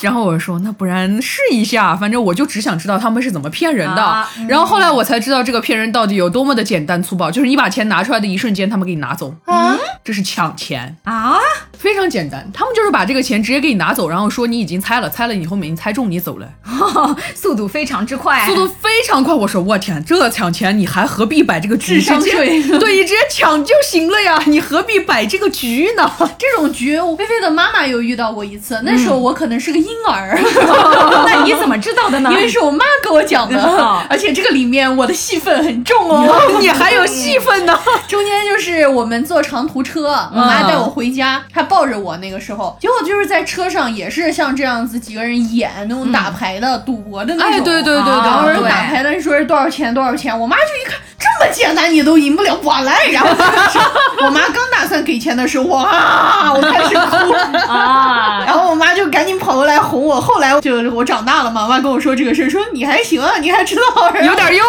F: 然后我说，那不然试一下，反正我就只想知道他们是怎么骗人的。
D: 啊
C: 嗯
F: 然后后来我才知道这个骗人到底有多么的简单粗暴，就是你把钱拿出来的一瞬间，他们给你拿走，
C: 啊
F: 这是抢钱
D: 啊，
F: 非常简单。他们就是把这个钱直接给你拿走，然后说你已经猜了，猜了以后没你猜中你走了，
C: 哎
D: 速度非常之快，
F: 速度非常快。我说我天，这抢钱你还何必摆这个局？
C: 智商
F: 直接
C: 税
F: 对你直接抢就行了呀，你何必摆这个局呢？
C: 这种局，我菲菲的妈妈有遇到过一次，那时候我可能是个婴 (laughs) 儿，
D: (laughs)
C: 那
D: 那你怎么知道的呢
C: 因？为是我妈跟我讲
F: (laughs)
C: 的，而且这个里面我的戏份很重哦。
F: 啊你还有戏份
C: (laughs)
F: 呢。啊
C: 中间就是我们坐长途车，我妈带我回家，她抱着我那个时候，结果就是在车上也是像这样子几个人演那种打牌的、赌博的那种。啊
F: 哎，对对对对，
C: 然后人
D: 对
C: 打牌的人说是多少钱多少钱，我妈就一看这么简单你都赢不了，我来。然后 (laughs) 我妈刚打算给钱的时候，哇，我开始哭。
D: 啊，
C: 然后我妈就赶紧跑过来哄我。后来就是我长大了嘛，我妈跟我说这个事儿，说你还行啊，你还知道，然
F: 有
C: 后 (laughs)
F: 点用。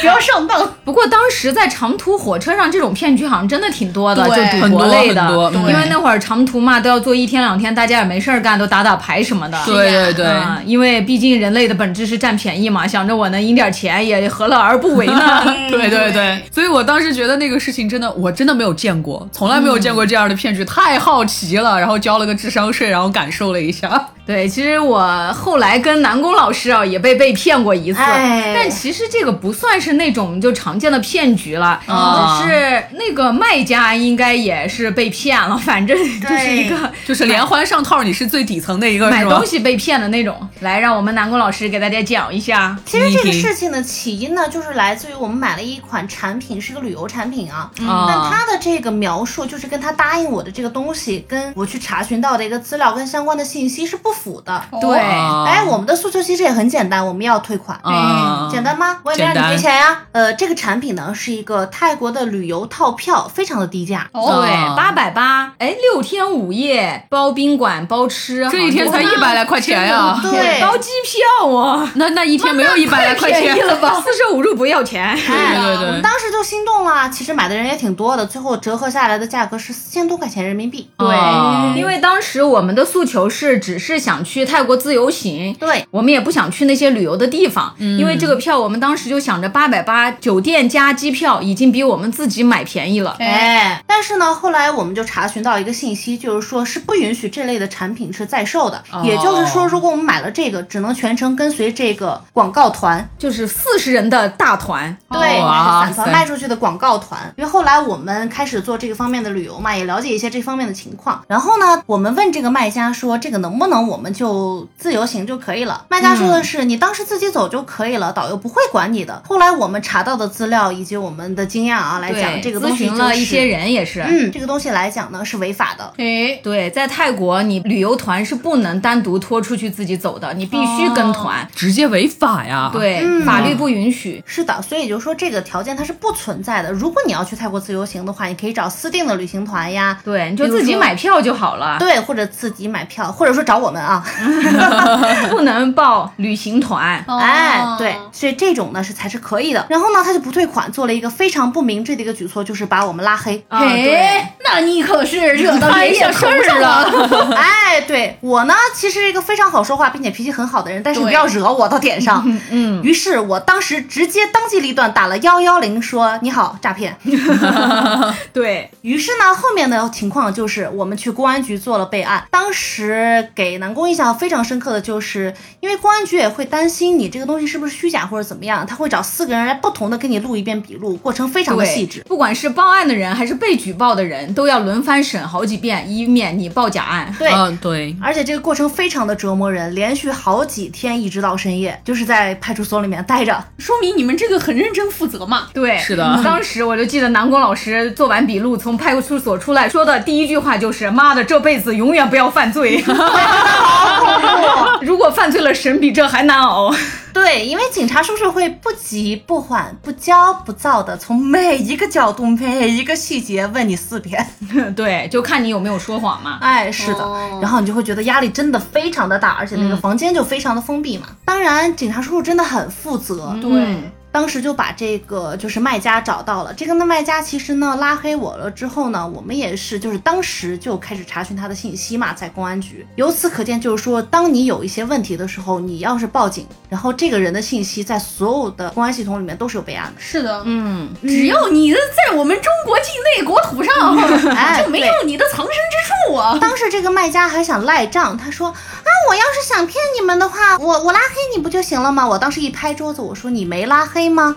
C: 不要上当。
D: 不过当时在长途火车上，这种骗局好像真的挺多的，
C: 对
D: 就赌博类的
F: 很多很嗯多
D: 因为那会儿长途嘛，都要坐一天两天，大家也没事儿干，都打打牌什么的。
C: 啊
F: 对对对，
D: 嗯，因为毕竟人类的本质是占便宜嘛，想着我能赢点钱，也何乐而不为呢？
F: (laughs)
E: 嗯
F: 对对对，所以我当时觉得那个事情真的，我真的没有见过，从来没有见过这样的骗局，太好奇了，然后交了个智商税，然后感受了一下。 (laughs)
D: 对，其实我后来跟南宫老师啊也被被骗过一次，
E: 哎
D: 但其实这个不算是那种就常见的骗局了，
F: 啊
D: 只是那个卖家应该也是被骗了，反正就是一个
F: 就是连环上套，你是最底层的一
D: (laughs)
F: 个，
D: 买
F: 是吧
D: 东？西被骗的那种。来，让我们南宫老师给大家讲一下。
E: 其实这
F: 你
E: 个
F: 听
E: 事情的起因呢，就是来自于我们买了一款产品，是个旅游产品啊，但
F: 啊，
E: 他的这个描述就是跟他答应我的这个东西，跟我去查询到的一个资料跟相关的信息是不符的。
F: 对
E: 哎，我们的诉求其实也很简单，我们嗯要退款。
F: 啊，
E: 简单吗？我也没让
F: 简
E: 你
F: 单
E: 赔钱呀、呃，这个产品呢是一个泰国的旅游套票，非常的低价。
F: 哦
D: 对，八百八，哎，六天五夜，包宾馆，包吃，
F: 这一天才一百来块钱呀，
E: 对，
D: 包机票哦，
F: 那那一天没有一百来块钱
C: 便宜了吧？
D: 四舍五入不要
F: (laughs)
D: 钱。
E: 哎
F: 啊对对对
E: 我们当时就心动了。其实买的人也挺多的，最后折合下来的价格是四千多块钱人民币。
F: 啊
D: 因为当时我们的诉求是，只是想去泰国自由行，
E: 对，
D: 我们也不想去那些旅游的地方，
F: 嗯
D: 因为这个票我们当时就想着八百八，酒店加机票已经比我们自己买便宜了。
E: 哎，但是呢，后来我们就查询到一个信息，就是说是不允许这类的产品是在售的。
D: 哦
E: 也就是说，如果我们买了这个，只能全程跟随这个广告团，
D: 就是四十人的大团，
E: 对，
D: 啊
F: 哇
E: 散团
F: 塞
E: 卖出去的广告团。因为后来我们开始做这个方面的旅游嘛，也了解一些这方面的情况。然后呢，我们问这个卖家说，这个能不能我们就自由行就可以了？卖家说
D: 嗯
E: 的是，你当时自己走就可以了，导游不会管你的。后来我们查到的资料以及我们的经验啊来讲，
D: 对，
E: 这个东
D: 咨
E: 西
D: 询
E: 就
D: 了一
E: 是
D: 些。人也是。
E: 嗯，这个东西来讲呢是违法的，
C: 哎，
D: 对，在泰国，你旅游团是不能单独拖出去自己走的，你必须跟团。
F: 直接违法
E: (laughs)
F: 呀，，
D: 对，
E: 嗯
D: 法律不允许。
E: 是的，所以就说这个条件它是不存在的。如果你要去泰国自由行的话，你可以找私定的旅行团呀，
D: 对，你就自己买票就好了，
E: 对，或者自己买票，或者说找我们啊。
D: 不能报旅行团。
E: 哎，对，所以这种呢是才是可以的。然后呢，他就不退款，做了一个非常不明智的一个举措，就是把我们拉黑。
D: 啊，对，
C: 哎，那你可是惹到
F: 摊
C: 爷
F: 上
C: 爷
F: 事
C: 头
F: 儿
C: 上
F: 了。
E: (laughs) (laughs)
C: 了。
E: 哎，对我呢，其实是一个非常好说话并且脾气很好的人，但是你不
C: 对
E: 要惹我到点上。嗯，于是我当时直接当机立断打了幺幺零，说你好，诈骗。
D: 对，
E: 于是呢，后面的情况就是我们去公安局做了备案。当时给南宫印象非常深刻的就是，因为公安局也会担心你这个东西是不是虚假或者怎么样，他会找四个人来不同的给你录一遍笔录，过程非常的
D: 对，
E: 细致。
D: 不管是报案的人还是被举报的人，都要轮番审好几遍，以免你报假案。
E: 对，
F: 嗯，对，
E: 而且这个过程非常的折磨人，连续好几天一直到深夜，就是在派出所里面待着。
C: 说明你们这个很认真负责嘛。
D: 对，嗯
F: 是的
D: 当时我就记得南宫老师做完笔录从派出所出来，说的第一句话就是：“妈的，这辈子永远不要犯罪。”如果犯罪了，神比这还难熬。
E: 对，因为警察叔叔会不急不缓、不骄不躁的从每一个角度、每一个细节问你四遍。
D: 对，就看你有没有说谎嘛。
E: 哎，是的，然后你就会觉得压力真的非常的大，而且那个房间就非常的封闭嘛。当然，警察叔叔真的很负责，
D: 对，
E: 当时就把这个就是卖家找到了。这个呢卖家其实呢拉黑我了之后呢，我们也是就是当时就开始查询他的信息嘛，在公安局。由此可见，就是说，当你有一些问题的时候，你要是报警，然后这个人的信息在所有的公安系统里面都是有备案的。
C: 是的，
D: 嗯，
C: 只要你在我们中国境内国土上，
E: 哎
C: 就没有你的藏身之处啊。
E: 当时这个卖家还想赖账，他说啊，我要是想骗你们的话，我我拉黑你不就行了吗？我当时一拍桌子，我说你没拉黑吗？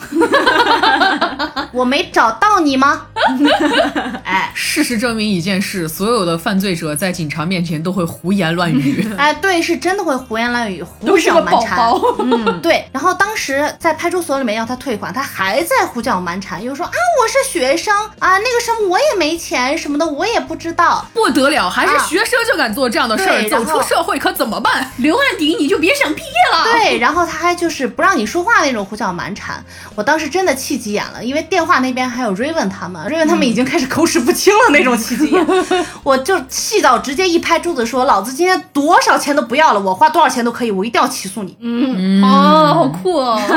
E: (laughs) 我没找到你吗？ (laughs) 哎
F: 事实证明一件事：所有的犯罪者在警察面前都会胡言
E: (laughs)
F: 乱语。
E: 哎，对，是真的会胡言乱语，胡
C: 嗯都是
E: 搅
C: 个
E: 蛮
C: 宝
E: 缠。嗯
C: 宝，
E: 对，然后当时在派出所里面要他退款，他还在胡搅蛮缠，又说啊我是学生啊，那个什么我也没钱什么的，我也不知道。
F: 不得了，还是学生就敢做这样的事儿，
E: 啊对
F: 走
E: 然
F: 出
E: 后
F: 社会可怎么办？
C: 刘汉迪你就别想毕业了。
E: 对，然后他还就是不让你说话那种胡搅蛮缠，我当时真的气急眼了，因为电话那边还有 Raven 他们，Raven
C: 嗯
E: 他们已经开始口齿不清了那种气急眼，
C: (laughs)
E: 我就气到直接一拍桌子说：“老子今天多少钱都不要了，我花多少钱都可以，我一定要起诉你。
C: 哦，好酷哦！
E: (laughs)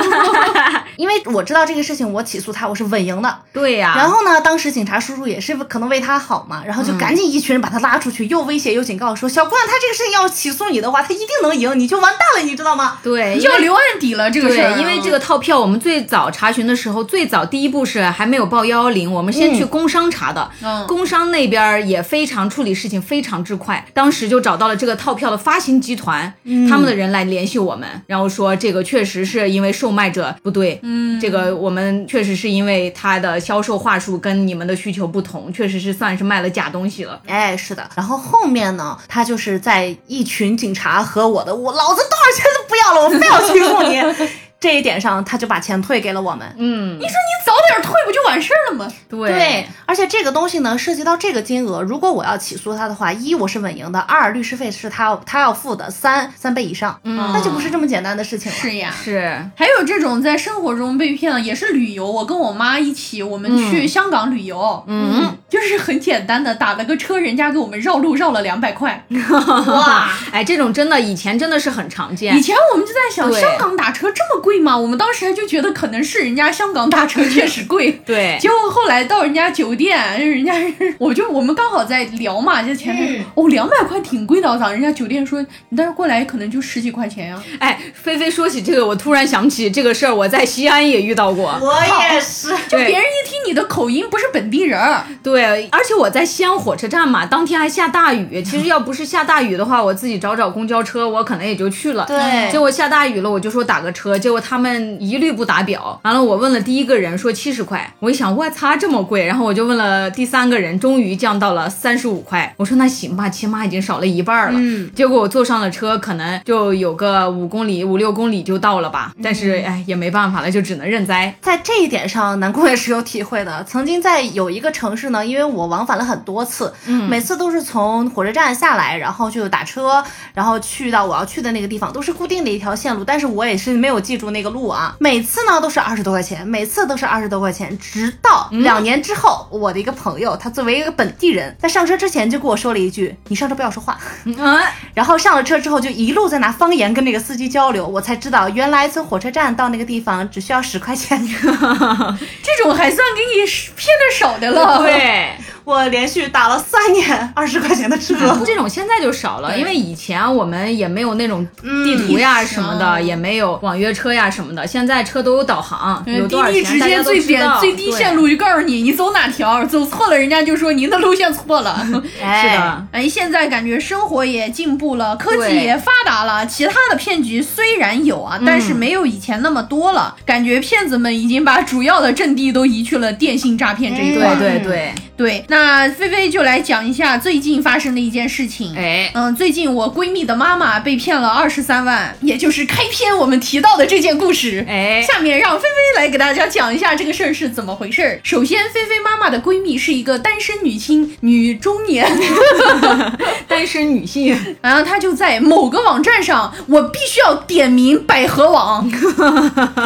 C: (laughs)
E: 因为我知道这个事情，我起诉他我是稳赢的。
C: 啊
D: 对呀、
E: 然后呢，当时警察叔叔也是可能为他好嘛，然后
C: 嗯
E: 就赶紧一群人把他拉出去，又威胁又警告说：“小姑娘，他这个事情要是起诉你的话，他一定能赢，你就完蛋了，你知道吗？”
D: 对，因为
C: 要留案底了，这个事儿啊，
D: 对，因为这个套票，我们最早查询的时候，最早第一步是还没有报幺幺零，我们先去工商查的。
C: 嗯
D: 工商那边儿也非常处理事情非常之快，当时就找到了这个套票的发行集团，
C: 嗯
D: 他们的人来联系我们，然后说这个确实是因为售卖者不对，嗯，这个我们确实是因为他的销售话术跟你们的需求不同，确实是算是卖了假东西了。
E: 哎，是的。然后后面呢，他 (laughs) 就是在一群警察和我的，我老子多少钱都不要了，我非要起诉你。这一点上，他就把钱退给了我们。
D: 嗯，
C: 你早点退不就完事儿了吗？
D: 对
E: 对，而且这个东西呢，涉及到这个金额，如果我要起诉他的话，一我是稳赢的，二律师费是他要他要付的三三倍以上，那就不嗯是这么简单的事情了。
C: 是呀，
D: 是，
C: 还有这种在生活中被骗了，也是旅游。我跟我妈一起，我们去香港旅游，嗯，就是很简单的打了个车，人家给我们绕路绕了两百块。哇！
D: 哎，这种真的以前真的是很常见
C: 以。前我们就在想，
D: 对。
C: 香港打车这么贵吗？我们当时还就觉得可能是人家香港打车确实贵
D: 对，
C: 结果后来到人家酒店，人家是 (laughs) 我就我们刚好在聊嘛，在前面、哦两百块挺贵的，我操！人家酒店说你当时过来可能就十几块钱呀、啊
D: 哎，菲菲说起这个，我突然想起这个事儿，我在西安也遇到过。
E: 我也是，
D: 就
C: 别人一听你的口音不是本地人儿，
D: 对，而且我在西安火车站嘛，当天还下大雨。
C: (laughs)
D: 其实要不是下大雨的话，我自己找找公交车，我可能也就去了。
E: 对
D: 结果下大雨了，我就说打个车，结果他们一律不打表。完了，我问了第一个人说七十块，我一想我擦这么贵，然后我就问了第三个人，终于降到了三十五块。我说那行吧，起码已经少了一半儿了。嗯，结果我坐上了车，可能就有个五公里、五六公里就到了
C: 嗯
D: 吧。但是哎，也没办法了，就只能认栽。
E: 在这一点上，南宫也是有体会的。曾经在有一个城市呢，因为我往返了很多次，每次都是从火车站下来，然后就打车，然后去到我要去的那个地方，都是固定的一条线路，但是我也是没有记住那个路啊。每次呢都是二十多块钱，每次都是二十多块钱，直到两年之后，我的一个朋友，他作为一个本地人，在上车之前就跟我说了一句：“你上车不要说话。”
C: 啊
D: 嗯，
E: 然后上了车之后，就一路在拿方言跟那个司机交流，我才知道原来从火车站到那个地方只需要十块钱。
C: 这种还算给你骗的少的了。，
D: 对。
E: 我连续打了三年二十块钱的
C: (laughs)
E: 车。
D: 这种现在就少了，因为以前我们也没有那种地图呀什么的，
C: 嗯
D: 也没有网约车呀什么的。现在车都有导航，有
C: 滴
D: 多少
C: 嗯滴
D: 钱
C: 直
D: 大家
C: 接
D: 都
C: 最
D: 知
C: 扁
D: 道。
C: 最低
D: 对
C: 线路就告诉你你走哪条，走错了人家就说您的路线错了。 (laughs)
D: 是的，
C: 哎，现在感觉生活也进步了，科技也发达了，其他的骗局虽然有啊，但
D: 嗯
C: 是没有以前那么多了。感觉骗子们已经把主要的阵地都移去了电信诈骗这一块。
D: 嗯对对对，
C: 对，那菲菲就来讲一下最近发生的一件事情。
D: 哎，
C: 嗯，最近我闺蜜的妈妈被骗了二十三万，也就是开篇我们提到的这件故事。
D: 哎
C: 下面让菲菲来给大家讲一下这个事儿是怎么回事儿。首先，菲菲妈妈的闺蜜是一个单身女青，女中年，
D: 单身女性，
C: 然后她就在某个网站上，我必须要点名百
D: (laughs)
C: 合网，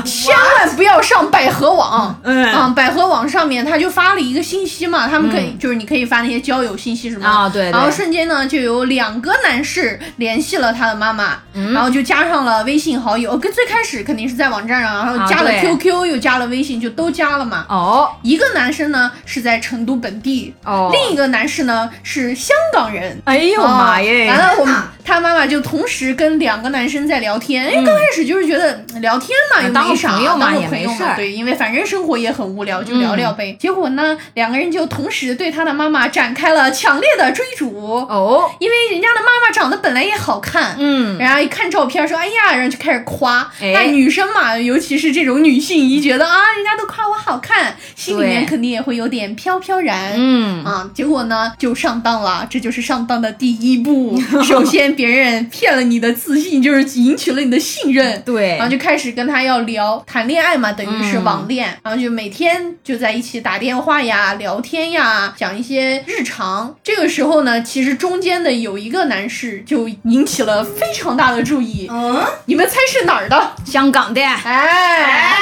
C: 千万不要上百合网。
D: 嗯
C: 啊，百合网上面他就发了一个信息嘛，他们可以、就是你可以发那些交友信息什么的
D: 嗯啊对对
C: 然后瞬间呢就有两个男士联系了他的妈妈，
D: 嗯
C: 然后就加上了微信好友，哦跟最开始肯定是在网站上，然后加了
D: 啊对
C: QQ 又加了微信，就都加了嘛。
D: 哦
C: 一个男生呢是在成都本地，
D: 哦，
C: 另一个男士呢是香港人，
D: 哎呦妈
C: 哦完
D: 耶，
C: 了，我们他妈妈就同时跟两个男生在聊天。哎，刚开始就是觉得嗯聊天嘛，又
D: 嗯啊当
C: 没
D: 个
C: 啥，
D: 朋友嘛
C: 当个
D: 也
C: 朋
D: 没
C: 友
D: 事儿嗯
C: 对，因为反正生活也很无聊，就聊聊呗。结果呢，两个人就同时对他的妈妈展开了强烈的追逐。
D: 哦，
C: 因为人家的妈妈长得本来也好看，
D: 嗯，
C: 然后一看照片说，哎呀，然后就开始夸。
D: 哎
C: 那女生嘛，尤其是这种女性，一觉得啊，人家都夸我好看，心里面
D: 对
C: 肯定也会有点飘飘然。
D: 嗯
C: 啊，结果呢就上当了，这就是上当的第一
D: (laughs)
C: 步。首先，别人骗了你的自信，就是赢取了你的信任。
D: 对
C: 然后就开始跟他要聊谈恋爱嘛，等于是网恋，然后就每天就在一起打电话呀、聊天呀，讲一些日常。这个时候呢，其实中间的有一个男士就引起了非常大的注意，
E: 嗯，
C: 你们猜是哪儿的？
D: 香港的，
C: (laughs) 哎，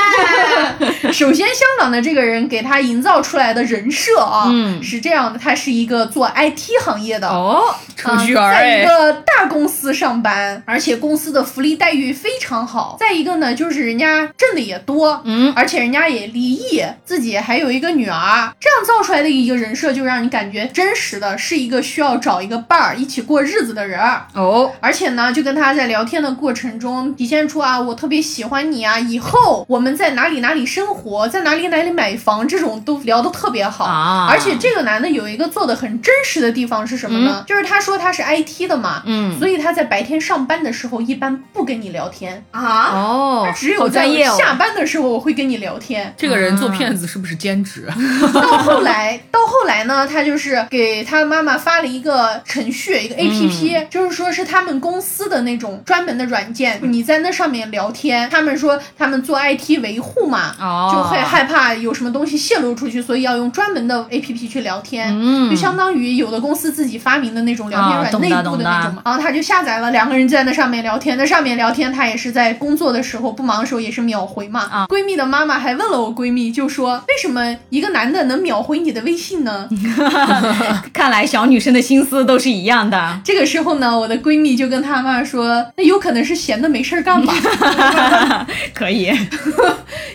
C: 首先香港的这个人给他营造出来的人设啊，
D: 嗯
C: 是这样的，他是一个做 IT 行业的。
D: 哦，
F: 程序员
C: 呃
F: 儿
C: 在一
F: 哎，
C: 个大公司上班，而且公司的福利待遇非常好。再一个呢，就是人家挣的也多，
D: 嗯，
C: 而且人家也离异，自己还有一个女儿，这样造出来的一个人设，就让你感觉真实的是一个需要找一个伴儿一起过日子的人儿。
D: 哦，
C: 而且呢，就跟他在聊天的过程中体现出啊，我特别喜欢你啊，以后我们在哪里哪里生活，在哪里哪里买房，这种都聊得特别好。
D: 啊
C: 而且这个男的有一个做的很真实的地方是什么呢？就是他说他是 IT 的嘛，
D: 嗯嗯
C: 所以他在白天上班的时候一般不跟你聊天，
B: 啊，
D: 哦，
C: 只有
D: 好
C: 在
D: 专业哦。
C: 下班的时候我会跟你聊天。
F: 这个人做骗子是不是兼 (laughs) 职？
C: 到后来，到后来呢，他就是给他妈妈发了一个程序，一个 A P P，、就是说是他们公司的那种专门的软件，你在那上面聊天。他们说他们做 I T 维护嘛，
D: 哦
C: 就会害怕有什么东西泄露出去，所以要用专门的 A P P 去聊天，就相当于有的公司自己发明的那种聊天
D: 哦嗯懂
C: 软
D: 的
C: 内部的那
D: 懂的
C: 种嘛。然啊后他就下载了，两个人在那上面聊天，那上面聊天，他也是在工作的时候不忙的时候也是秒回嘛。
D: 啊
C: 闺蜜的妈妈还问了我闺蜜，就说为什么一个男的能秒回你的微信呢？
D: 看来小女生的心思都是一样的。
C: 这个时候呢，我的闺蜜就跟她妈说，那有可能是闲的没事儿干吧。
D: (laughs) 可以，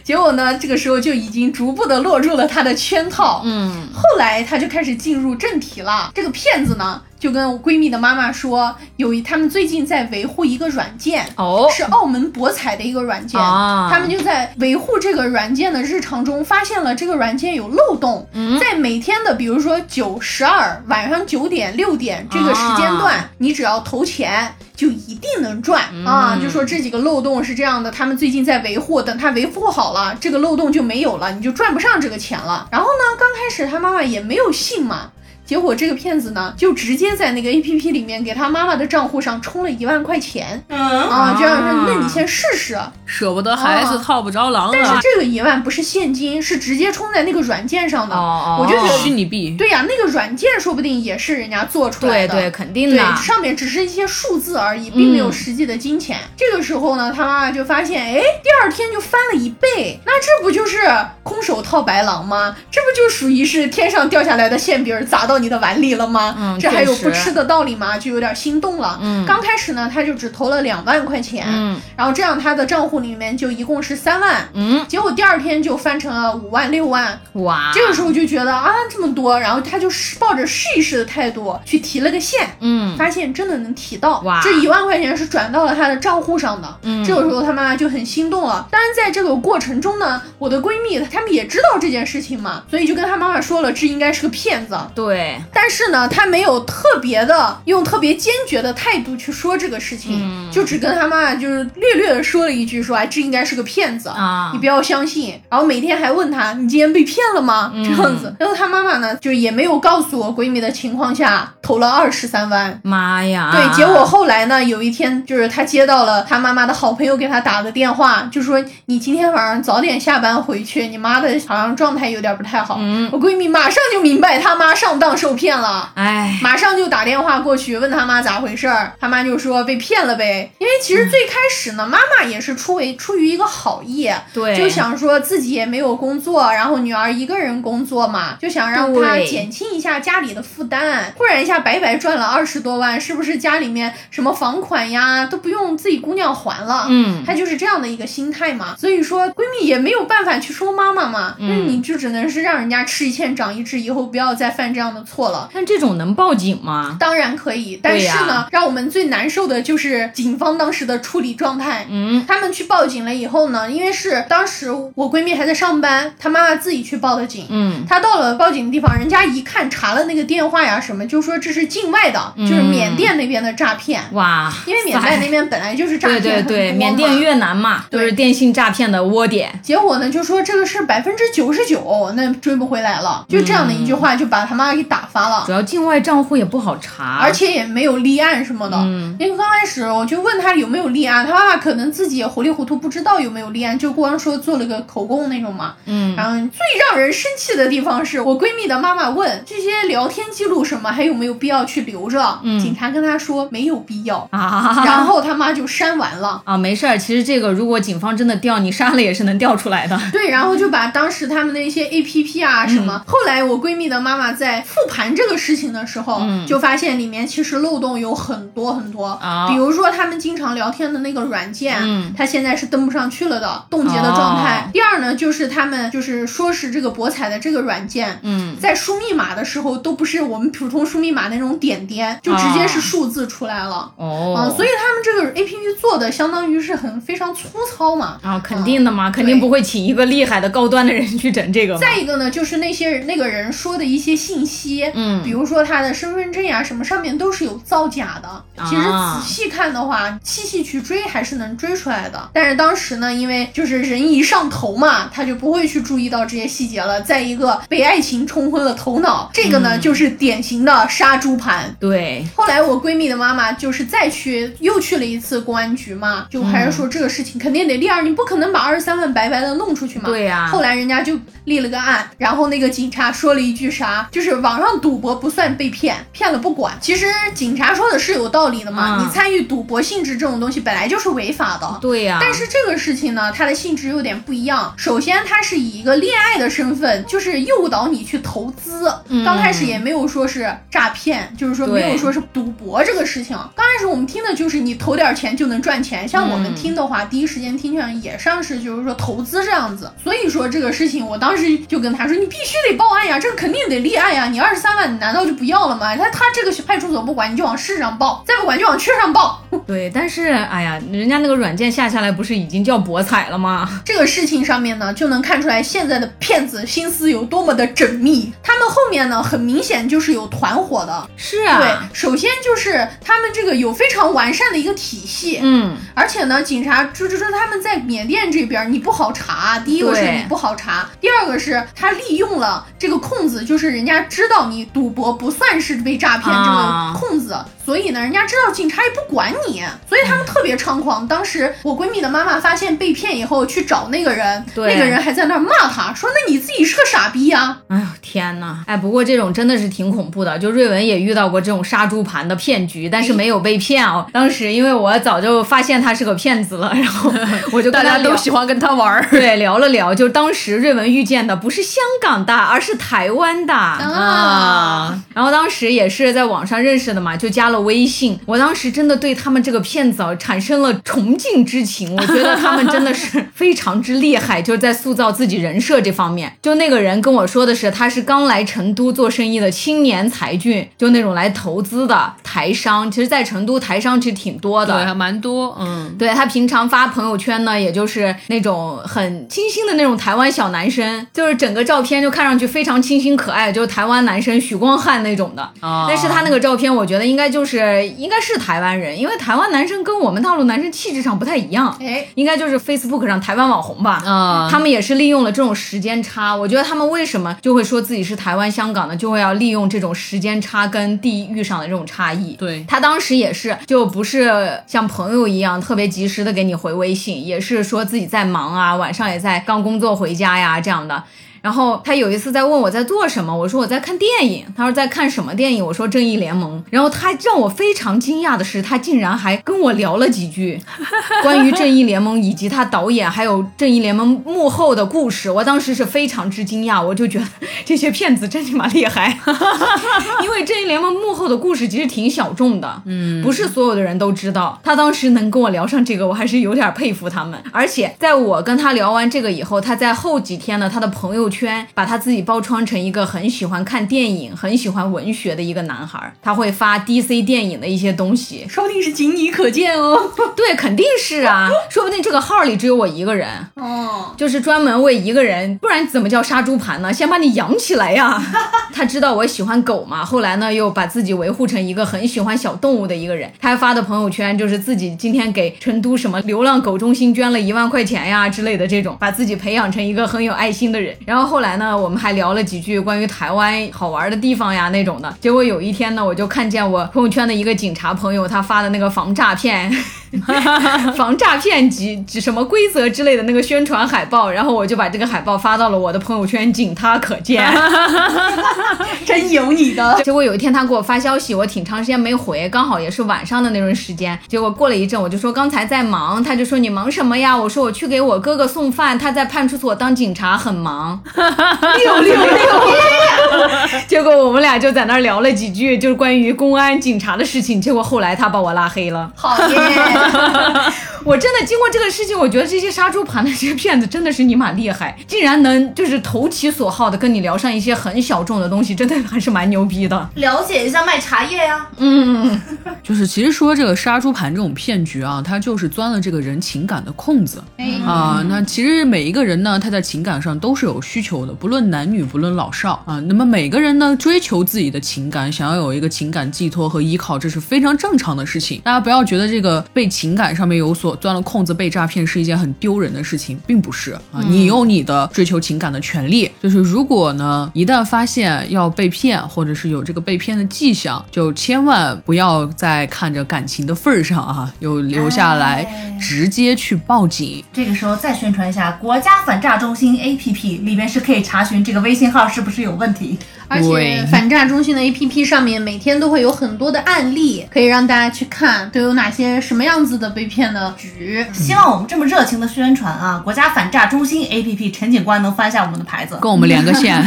C: 结果呢，这个时候就已经逐步的落入了她的圈套。
D: 嗯，
C: 后来她就开始进入正题了。这个骗子呢，就跟我闺蜜的妈妈说，有一他们最近在维护一个软件。
D: 哦，
C: 是澳门博彩的一个软件，
D: 啊
C: 他们就在维护这个软件的日常中发现了这个软件有漏洞，在每天的比如说九、十二晚上九点、六点这个时间段，你只要投钱。就一定能赚、啊！就说这几个漏洞是这样的，他们最近在维护，等他维护好了，这个漏洞就没有了，你就赚不上这个钱了。然后呢，刚开始他妈妈也没有信嘛，结果这个骗子呢，就直接在那个 A P P 里面给他妈妈的账户上充了一万块钱，
E: 嗯
C: 啊，就让人说那你先试试。
F: 舍不得孩子
C: 哦
F: 套不着狼
C: 但是
F: 啊！
C: 这个一万不是现金，是直接充在那个软件上的。
D: 哦哦
C: 我就觉
F: 虚
C: 得，
F: 拟币，
C: 对呀、那个软件说不定也是人家做出
D: 对
C: 来的。
D: 对，肯定
C: 对
D: 的。，
C: 上面只是一些数字而已，并没有实际的金钱。
D: 嗯
C: 这个时候呢，他妈妈就发现，哎，第二天就翻了一倍，那这不就是空手套白狼吗？这不就属于是天上掉下来的馅饼儿砸到你的碗里了吗？
D: 嗯
C: 这还有
D: 确实
C: 不吃的道理吗？就有点心动了。
D: 嗯
C: 刚开始呢，他就只投了两万块钱，
D: 嗯
C: 然后这样他的账户里面就一共是三万。
D: 嗯，啊
C: 结果第二天就翻成了五万六万，
D: 哇，
C: 这个时候就觉得啊这么多，然后他就是抱着试一试的态度去提了个现，
D: 嗯
C: 发现真的能提到，
D: 哇
C: 这一万块钱是转到了他的账户上的。嗯这个时候他妈妈就很心动了。当然，在这个过程中呢，我的闺蜜她们也知道这件事情嘛，所以就跟她妈妈说了，这应该是个骗子。
D: 对，
C: 但是呢，她没有特别的用特别坚决的态度去说这个事情，
D: 嗯
C: 就只跟她妈妈就是略略的说了一句说，哎，这应该是个骗子
D: 啊
C: 你不要相信。然后每天还问她，你今天被骗了吗？
D: 嗯
C: 这样子。然后她妈妈呢，就也没有告诉我闺蜜的情况下，投了二十三万。
D: 妈呀，
C: 对，结果后来呢，有一天就是他接到了他妈妈的好朋友给他打的电话，就说你今天晚上早点下班回去，你妈的好像状态有点不太好。我闺蜜马上就明白他妈上当受骗了。
D: 哎，
C: 马上就打电话过去问他妈咋回事儿，他妈就说被骗了呗。因为其实最开始呢，妈妈也是出为出于一个好意，
D: 对，
C: 就想说自己也没有工作，然后女儿一个人工作嘛，就想让她
D: 对
C: 减轻一下家里的负担。忽然一下白白赚了二十多万，是不是家里面什么房款呀都不用自己姑娘还了？
D: 嗯
C: 她就是这样的一个心态嘛。所以说闺蜜也没有办法去说妈妈嘛，那、
D: 嗯
C: 你就只能是让人家吃一堑长一智，以后不要再犯这样的错了。
D: 但这种能报警吗？
C: 当然可以，但
D: 对
C: 是
D: 呀
C: 呢，让我们最难受的就是警方当时的处理状态。
D: 嗯，
C: 他们去报警了以后呢，因为是当时我闺蜜还在上班，她妈妈自己去报的警。
D: 嗯，
C: 她到了报警的地方，人家一看查了那个电话呀什么，就说这是境外的，
D: 嗯
C: 就是缅甸那边的诈骗。
D: 哇，
C: 因为缅甸那边本来就是诈骗
D: 对对
C: 很多 (laughs)
D: 对，
C: 嘛
D: 缅甸、越南嘛，都
C: 对
D: 是电信诈骗的窝点。
C: 结果呢，就说这个是百分之九十九，那追不回来了。就这样的一句话，就把他妈给打发了。
D: 主要境外账户也不好查，
C: 而且也没有立案什么的。因为刚开始我就问他有没有立案，他妈妈可能自己也糊里糊涂不知道有没有立案，就光说做了个口供那种嘛。嗯，然后最让人生气的地方是我闺蜜的妈妈问这些聊天记录什么还有没有必要去留着，警察跟她说没有必要，
D: 啊
C: 然后他妈就删完了。
D: 啊，没事儿，其实这个如果警方真的调你杀了也是能调出来的。
C: 对，然后就把当时他们的一些 A P P
D: 嗯
C: 啊什么，后来我闺蜜的妈妈在复盘这个事情的时候，
D: 嗯
C: 就发现里面其实漏洞有很多很多，
D: 啊
C: 比如说他们经常聊天的那个软件，
D: 嗯
C: 它现在是登不上去了的，冻结的状态。
D: 哦
C: 第二呢，就是他们就是说是这个博彩的这个软件，
D: 嗯，
C: 在输密码的时候都不是我们普通输密码那种点点，就直接
D: 哦
C: 是数字出来了。
D: 哦，
C: 嗯，所以他们这个 A P P 做的相当于是很非常粗糙嘛，
D: 啊，肯定的嘛，肯定不会请一个厉害的高端的人去整这个嘛。
C: 再一个呢，就是那些那个人说的一些信息，些，
D: 嗯
C: 比如说他的身份证呀、什么上面都是有造假的。其实
D: 啊
C: 仔细看的话，细细去追还是能追出来的。但是当时呢，因为就是人一上头嘛，他就不会去注意到这些细节了。再一个被爱情冲昏了头脑，这个
D: 嗯
C: 呢、就是典型的杀猪盘。
D: 对，
C: 后来我闺蜜的妈妈就是再去又去了一次公安局嘛，就
D: 嗯
C: 还是说这个事情肯定得立案，你不可能把二十三万白白的弄出去嘛。
D: 对呀
C: 后来人家就立了个案，然后那个警察说了一句啥，就是网上赌博不算被骗，骗了不管。其实警察说的是有道理的嘛，
D: 嗯
C: 你参与赌博性质这种东西本来就是违法的。
D: 对呀、
C: 但是这个事情呢，它的性质有点不一样。首先，它是以一个恋爱的身份，就是诱导你去投资。刚开始也没有说是诈骗，就是说
D: 对
C: 没有说是赌博这个事情。刚开始我们听的就是你投点钱就能赚钱，像我们听的话，第一时间听上也像是就是说投资这样子。所以说这个事情，我当时就跟他说，你必须得报案呀，这个肯定得立案呀。你二十三万，你难道就不要了吗？他他这个派出所不管，你就往市上报；再不管就往区上报。
D: 对，但是哎呀，人家那个软件下下来不是已经叫博彩了吗？ (laughs)
C: 这个事情上面呢，就能看出来现在的骗子心思有多么的缜密。他们后面呢，很明显就是有团伙的。
D: 是
C: 对
D: 啊，，
C: 首先就是他们这个有非常完善的一个体系，
D: 嗯，
C: 而且呢，警察就是说他们在缅甸这边你不好查，第一个是
D: 对
C: 你不好查，第二个是他利用了这个空子，就是人家知道你赌博不算是被诈骗这
D: 啊
C: 个空子，所以呢，人家知道警察也不管你，所以他们特别猖狂。当时我闺蜜的妈妈发现被骗以后去找那个人，
D: 对
C: 那个人还在那儿骂他说：“那你自己是个傻逼啊呀、
D: 哎呦天呐，哎，不过这种真的是挺恐怖的。就瑞文也遇到过这种杀猪盘的骗局，但是没有被骗哦。当时因为我早就发现他是个骗子了，然后我就跟
F: 大
D: 他
F: 家都
D: 聊
F: 喜欢跟他玩 (laughs) 儿。
D: 对聊了聊，就当时瑞文遇见的不是香港的，而是台湾的
C: 啊。
D: 然后当时也是在网上认识的嘛，就加了微信。我当时真的对他们这个骗子啊产生了崇敬之情，我觉得他们真的
F: (laughs)
D: 是非常之厉害，就是在塑造自己人设这方面。就那个人跟我说的是，他是刚来成都做生意的青年才俊，就那种来投资的台商。其实，在成都台商其实挺多的，
F: 对，还蛮多，嗯，
D: 对他平常发朋友圈呢，也就是那种很清新的那种台湾小男生，就是整个照片就看上去非常清新可爱，就是台湾男生许光汉那种的。
F: 哦
D: 但是他那个照片，我觉得应该就是应该是台湾人，因为台湾男生跟我们大陆男生气质上不太一样。
C: 哎，
D: 应该就是 Facebook 上台湾网红吧，
F: 啊
D: 他们也是利用了这种时间差。我觉得他们为什么就会说自己是台湾、香港的，就会要利用这种时间差跟地域上的这种差异。
F: 对
D: 他当时也是，就不是像朋友一样特别及时的给你回微信，也是说自己在忙啊，晚上也在刚工作回家呀这样的。然后他有一次在问我在做什么，我说我在看电影。他说在看什么电影？我说《正义联盟》。然后他让我非常惊讶的是，他竟然还跟我聊了几句关于《正义联盟》以及他导演还有《正义联盟》幕后的故事。我当时是非常之惊讶，我就觉得 (laughs) 这些骗子真他妈厉害， (laughs) 因为《正义联盟》幕后的故事其实挺小众的，嗯，不是所有的人都知道。他当时能跟我聊上这个，我还是有点佩服他们。而且在我跟他聊完这个以后，他在后几天呢，他的朋友圈把他自己包装成一个很喜欢看电影、很喜欢文学的一个男孩儿，他会发 DC 电影的一些东西。
C: 说不定是仅你可见哦。
D: 对，肯定是啊，说不定这个号里只有我一个人，
C: 哦，
D: 就是专门为一个人，不然怎么叫杀猪盘呢？先把你养起来呀！他知道我喜欢狗嘛，后来呢又把自己维护成一个很喜欢小动物的一个人。他还发的朋友圈就是自己今天给成都什么流浪狗中心捐了一万块钱呀之类的这种，把自己培养成一个很有爱心的人。然后后来呢，我们还聊了几句关于台湾好玩的地方呀那种的。结果有一天呢，我就看见我朋友圈的一个警察朋友他发的那个防诈骗。防诈骗及及什么规则之类的那个宣传海报，然后我就把这个海报发到了我的朋友圈，仅他可见。
C: (laughs) 真有你的。
D: 结果有一天他给我发消息，我挺长时间没回，刚好也是晚上的那段时间。结果过了一阵，我就说刚才在忙，他就说你忙什么呀？我说我去给我哥哥送饭，他在派出所当警察，很忙。六六六！结果我们俩就在那儿聊了几句，就是关于公安警察的事情。结果后来他把我拉黑了。
C: 好耶！
D: 我真的经过这个事情，我觉得这些杀猪盘的这些骗子真的是尼玛厉害，竟然能就是投其所好的跟你聊上一些很小众的东西，真的还是蛮牛逼的。
E: 了解一下卖茶叶呀、
F: 就是其实说这个杀猪盘这种骗局啊，它就是钻了这个人情感的空子
C: 哎
F: 啊、那其实每一个人呢，他在情感上都是有需求的，不论男女，不论老少啊。那么每个人呢，追求自己的情感，想要有一个情感寄托和依靠，这是非常正常的事情。大家不要觉得这个被情感上面有所钻了空子被诈骗是一件很丢人的事情，并不是啊。你有你的追求情感的权利，就是如果呢，一旦发现要被骗，或者是有这个被骗的迹象，就千万不要再看着感情的份儿上啊，有留下来，直接去报警。
C: 这个时候再宣传一下国家反诈中心 APP，里面是可以查询这个微信号是不是有问题。呃
B: 而
F: 对
B: 且反诈中心的 APP 上面每天都会有很多的案例，可以让大家去看都有哪些什么样子的被骗的局。
C: 希望我们这么热情的宣传啊，国家反诈中心 APP 陈警官能翻下我们的牌子。
F: 跟我们连个线，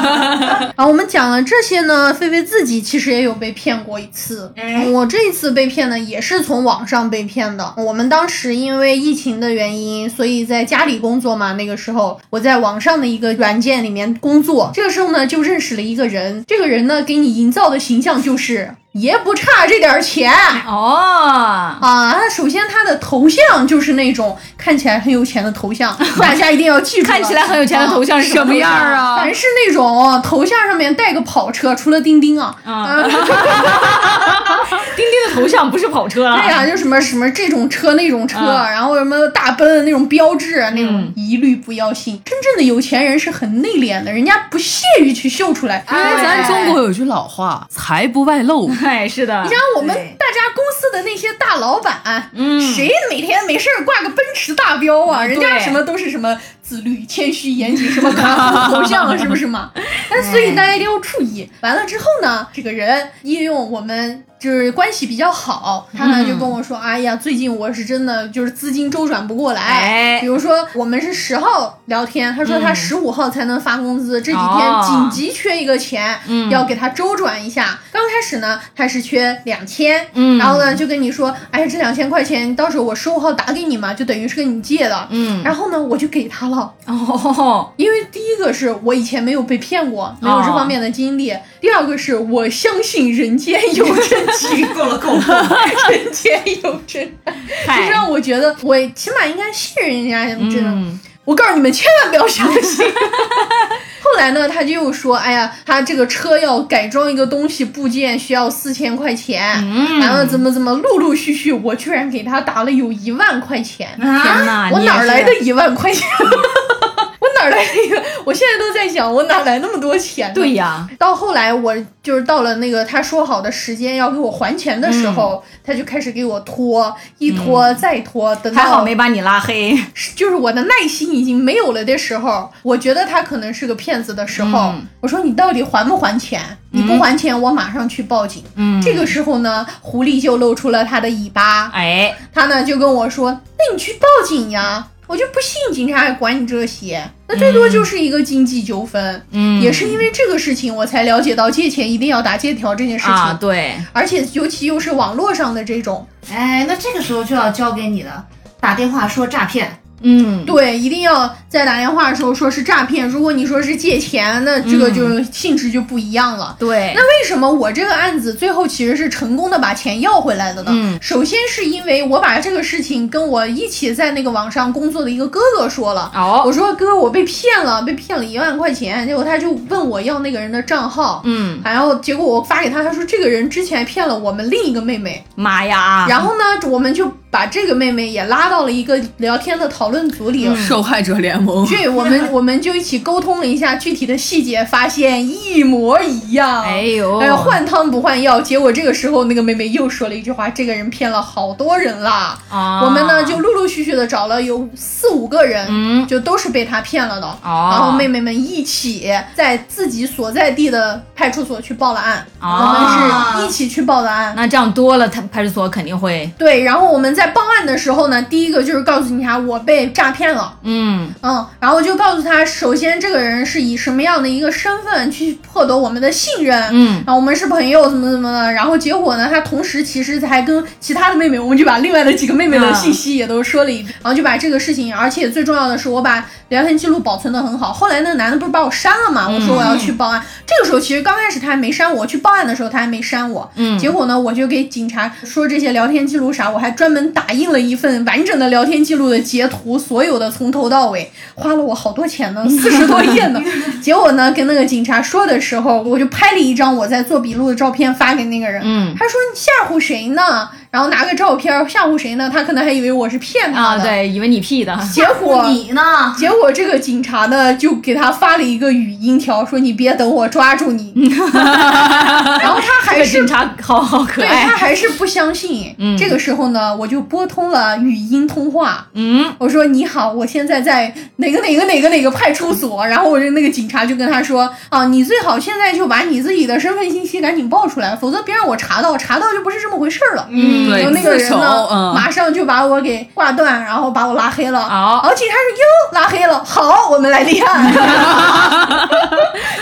F: (laughs)
B: 啊，我们讲了这些呢，菲菲自己其实也有被骗过一次。
C: 哎
B: 我这一次被骗呢，也是从网上被骗的。我们当时因为疫情的原因，所以在家里工作嘛。那个时候我在网上的一个软件里面工作，这个时候呢就认识了一个人。这个人呢给你营造的形象就是也不差这点儿钱。
D: 哦，
B: 啊，他首先他的头像就是那种看起来很有钱的头像， (laughs) 大家一定要记住了。
D: 看起来很有钱的头像是
F: 什么样
D: 头像
F: 儿？啊？
B: 凡是那种头像上面带个跑车，除了钉钉啊，
D: 啊，钉钉的头像不是跑车啊，
B: 对哎呀，就什么什么这种车那种车，
D: 嗯
B: 然后什么大奔那种标志那种，一律不要信。真正的有钱人是很内敛的，人家不屑于去秀出来。
F: 因为咱中国有句老话，财不外露。
D: 哎，是的，
B: 像我们
C: 对
B: 大家公司的那些大老板，嗯，谁每天没事儿挂个奔驰大标啊？人家
D: 嗯对
B: 什么都是什么自律、谦虚、严谨，什么
D: (laughs)
B: 卡通头像，是不是嘛？但所以大家一定要注意。完了之后呢，这个人因为我们。就是关系比较好，他呢
D: 嗯
B: 就跟我说：“哎呀，最近我是真的就是资金周转不过来。
D: 哎嗯
B: 比如说我们是十号聊天，他说他十五号才能发工资，这几天
D: 哦
B: 紧急。急缺一个钱，
D: 嗯
B: 要给他周转一下。刚开始呢，他是缺两千，
D: 嗯
B: 然后呢就跟你说，哎呀，这两千块钱到时候我十五号打给你嘛，就等于是跟你借的，
D: 嗯
B: 然后呢我就给他了，
D: 哦，
B: 因为第一个是我以前没有被骗过，没有这方面的经历；第二个是我相信人间有真 (laughs) 情，够了够了， (laughs) 人间有真，就
D: 嗨
B: 让我觉得我起码应该信任人家，真的。
D: 哎嗯
B: 我告诉你们，千万不要相
D: (laughs)
B: 信。后来呢，他就又说，哎呀，他这个车要改装一个东西部件，需要四千块钱，
D: 嗯
B: 然后怎么怎么，陆陆续续，我居然给他打了有一万块钱，
D: 天哪，
B: 我
D: 嗯你也
B: 哪儿
D: 是
B: 来的一万块
D: (laughs)
B: 钱？我哪儿来的一个？我现在都在想，我哪来那么多钱？
D: 对。呀，
B: 到后来，我就是到了那个他说好的时间要给我还钱的时候，他就开始给我拖，一拖再拖，等到
D: 还好没把你拉黑。
B: 就是我的耐心已经没有了的时候，我觉得他可能是个骗子的时候，
D: 嗯
B: 我说你到底还不还钱？你不还钱，我马上去报警。
D: 嗯
B: 这个时候呢，狐狸就露出了他的尾巴，
D: 哎，
B: 他呢就跟我说：“那你去报警呀，我就不信警察还管你这些，那最多就是一个经济纠纷。”
D: 嗯
B: 也是因为这个事情，我才了解到借钱一定要打借条这件事情，
D: 啊，对，
B: 而且尤其又是网络上的这种，
C: 哎，那这个时候就要交给你了，打电话说诈骗。
D: 嗯，
B: 对，一定要在打电话的时候说是诈骗。如果你说是借钱，那这个就性质就不一样了。
D: 对，
B: 那为什么我这个案子最后其实是成功的把钱要回来的呢？
D: 嗯
B: 首先是因为我把这个事情跟我一起在那个网上工作的一个哥哥说了。我
D: 哦，
B: 说哥，我被骗了，被骗了一万块钱，结果他就问我要那个人的账号，
D: 嗯，
B: 然后结果我发给他，他说这个人之前骗了我们另一个妹妹，
D: 妈呀，
B: 然后呢，我们就把这个妹妹也拉到了一个聊天的讨论组
F: (laughs)
B: 里，
D: 嗯
F: 受害者联盟，
B: 对，我们 (laughs) 我们就一起沟通了一下具体的细节，发现一模一样。
D: 哎呦，
B: 哎，换汤不换药。结果这个时候，那个妹妹又说了一句话：“这个人骗了好多人啦。
D: 啊，
B: 我们呢就陆陆续续的找了有四五个人，
D: 嗯
B: 就都是被他骗了的。
D: 哦
B: 然后妹妹们一起在自己所在地的派出所去报了案，
D: 啊，
B: 我们是一起去报的案。
D: 那这样多了，他派出所肯定会，
B: 对，然后我们在报案的时候呢，第一个就是告诉警察我被诈骗了，
D: 嗯
B: 嗯，然后就告诉他，首先这个人是以什么样的一个身份去获得我们的信任，
D: 嗯，
C: 啊
B: 然后我们是朋友，怎么怎么的。然后结果呢，他同时其实还跟其他的妹妹，我们就把另外的几个妹妹的
D: 嗯
C: 啊
B: 信息也都说了一遍，然后就把这个事情，而且最重要的是，我把
C: 聊天记录保存的很好。后来那个男的不是把我删了嘛？
D: 嗯
C: 我说我要去报案。这个时候其实刚开始他还没删我，去报案的时候他还没删我。嗯，结果呢，我就给警察说这些聊天记录啥，我还专门打印了一份完整的聊天记录的截图，所有的从头到尾，花了我好多钱呢，四十多页呢。结果呢，跟那个警察说的时候，我就拍了一张我在做笔录的照片发给那个人。嗯，他说你吓唬谁呢？然后拿个照片吓唬谁呢？他可能还以为我是骗他
D: 啊，
C: 嗯的。
D: 对，以为你 P 的，
C: 结果
B: 你呢？
C: 结果这个警察呢，就给他发了一个语音条，说你别等我抓住你。然后他
D: 这
C: 还
D: 个
C: 是
D: 警察好好可
C: 对
D: 爱
C: 他。还是不相信。这个时候呢，我就拨通了语音通话。
D: 嗯，
C: 我说你好，我现在在哪个哪个哪个哪个派出所。然后我就那个警察就跟他说啊，你最好现在就把你自己的身份信息赶紧报出来，否则别让我查到，查到就不是这么回事儿了。
D: 嗯
C: 然
F: 对
C: 后，那个
F: 自
C: 人
F: 首，
C: 呢，
F: 嗯，
C: 马上就把我给挂断，然后把我拉黑了。
D: 好
C: 然后警察说：“哟，拉黑了，好，我们来立案。” (laughs)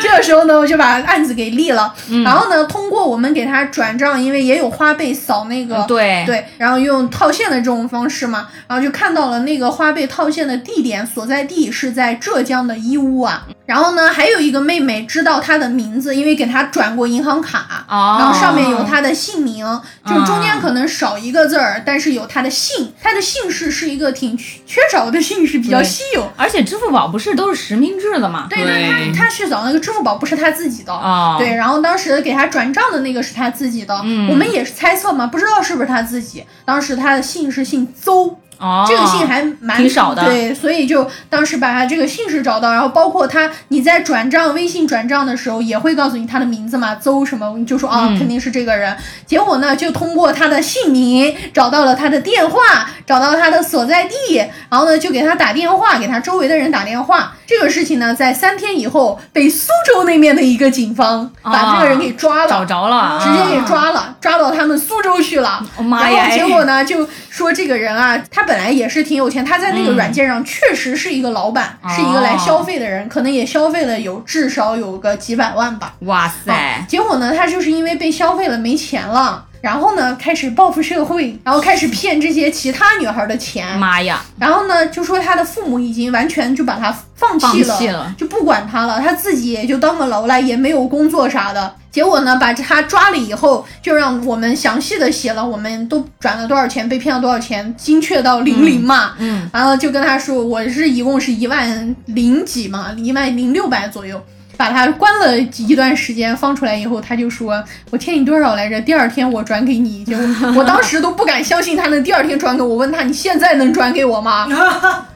C: 这个时候呢，我就把案子给立了。然后呢，通过我们给他转账，因为也有花呗扫那个。
D: 嗯对
C: 对，然后用套现的这种方式嘛，然后就看到了那个花呗套现的地点所在地是在浙江的义乌啊。然后呢，还有一个妹妹知道她的名字，因为给她转过银行卡，
D: 哦嗯
C: 然后上面有她的姓名，就中间可能少一个字儿，但是有她的姓，她的姓氏是一个挺缺缺少的姓氏，比较
D: 对
C: 稀有。
D: 而且支付宝不是都是实名制的嘛？
C: 对，
F: 对
C: 但他他去找那个支付宝不是他自己的
D: 哦
C: 对，然后当时给他转账的那个是他自己的，
D: 嗯
C: 我们也是猜测嘛，不知道是不是他自己。当时他的姓是姓邹。
D: 哦，
C: 这个姓还蛮
D: 挺少的
C: 对，所以就当时把他这个姓氏找到，然后包括他你在转账微信转账的时候也会告诉你他的名字嘛，邹什么，你就说啊、
D: 嗯
C: 肯定是这个人。结果呢，就通过他的姓名找到了他的电话，找到他的所在地，然后呢就给他打电话，给他周围的人打电话。这个事情呢，在三天以后被苏州那边的一个警方把这个人给抓了，
D: 哦找着了，
C: 直接给
D: 啊
C: 抓了，抓到他们苏州去了。
D: 哦妈呀
C: 然后结果呢，就说这个人啊，他本来也是挺有钱，他在那
D: 嗯
C: 个软件上确实是一个老板，
D: 哦
C: 是一个来消费的人，可能也消费了有至少有个几百万吧。
D: 哇塞
C: 啊，结果呢，他就是因为被消费了没钱了。然后呢，开始报复社会，然后开始骗这些其他女孩的钱，
D: 妈呀，
C: 然后呢，就说他的父母已经完全就把他放弃了，
D: 放弃了
C: 就不管他了，他自己也就当个老赖，也没有工作啥的。结果呢，把他抓了以后，就让我们详细的写了，我们都转了多少钱，被骗了多少钱，精确到零零嘛。嗯，然后就跟他说，我是一共是一万零几嘛，一万零六百左右。把他关了一段时间，放出来以后，他就说：“我欠你多少来着？第二天我转给你。”就我当时都不敢相信他能第二天转给我，问他：“你现在能转给我吗？”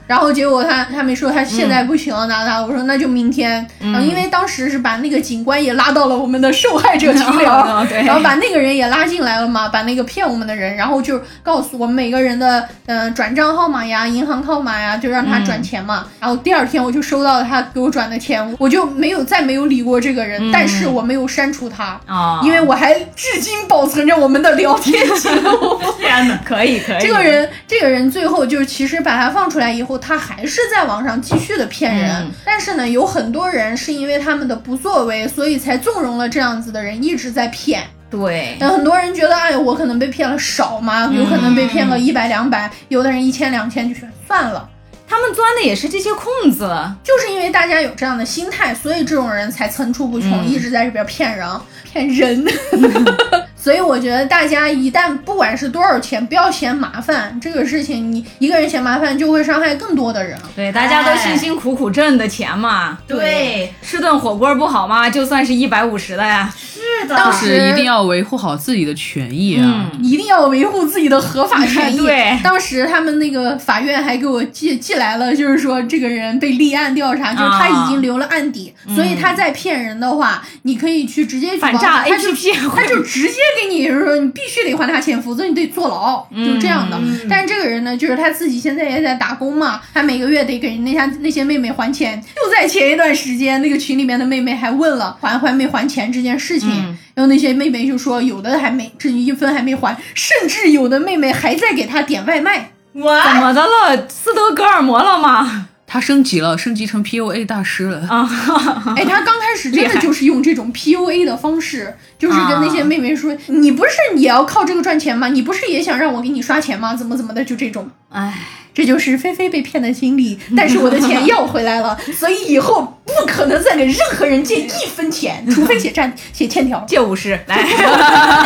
C: 然后结果他他没说他现在不行了，拿他我说那就明天。
D: 嗯
C: 然后因为当时是把那个警官也拉到了我们的受害者群聊
D: (laughs) 哦，对
C: 然后把那个人也拉进来了嘛，把那个骗我们的人，然后就告诉我们每个人的嗯、呃转账号码呀、银行号码呀，就让他转钱
D: 嗯
C: 嘛。然后第二天我就收到了他给我转的钱，我就没有再没有理过这个人，但是我没有删除他。
D: 啊，
C: 因为我还至今保存着我们的聊天记录，
D: 天哪，可以可以，
C: 这个人， (laughs) 这个人最后就是，其实把他放出来以后，他还是在网上继续的骗人。
D: 嗯
C: 但是呢，有很多人是因为他们的不作为，所以才纵容了这样子的人一直在骗。
D: 对，
C: 但很多人觉得，哎，我可能被骗了少嘛，有可能被骗个一百两百，有的人一千两千就选算了。
D: 他们钻的也是这些空子，
C: 就是因为大家有这样的心态，所以这种人才层出不穷，一直在这边骗人、骗人。 (laughs) 所以我觉得大家一旦不管是多少钱，不要嫌麻烦，这个事情你一个人嫌麻烦，就会伤害更多的人。
D: 对，大家
C: 哎
D: 都辛辛苦苦挣的钱嘛，
B: 对，
D: 吃顿火锅不好吗？就算是一百五十的呀，
B: 是的，
C: 当时
F: 是一定要维护好自己的权益啊。
C: 一定要维护自己的合法权
D: (laughs)
C: 益。
D: 对
C: 当时他们那个法院还给我寄寄来了，就是说这个人被立案调查，就是他已经留了案底，所以他再骗人的话，你可以去直接举报
D: 啊反诈
C: 他就
D: APP
C: 他就直接给你就是说你必须得还他钱，否则你得坐牢，就是这样的。但是这个人呢，就是他自己现在也在打工嘛，他每个月得给那家那些妹妹还钱。就在前一段时间，那个群里面的妹妹还问了还还没还钱这件事情，然后那些妹妹就说有的还没，至于一分还没还，甚至有的妹妹还在给他点外卖。
D: 怎么的了？斯德哥尔摩了吗？
F: 他升级了，升级成 PUA 大师了。
D: 啊， (laughs)
C: 哎，他刚开始真
D: 厉
C: 的
D: 害啊
C: 就是用这种 PUA 的方式，就是跟那些妹妹说，你不是也要靠这个赚钱吗？你不是也想让我给你刷钱吗？怎么怎么的，就这种。
D: 哎，
C: 这就是菲菲被骗的经历。但是我的钱要回来
D: (laughs)
C: 了，所以以后不可能再给任何人借一
D: (laughs)
C: 分钱，除非写占写欠条。
D: 借五十来， (laughs)
E: 借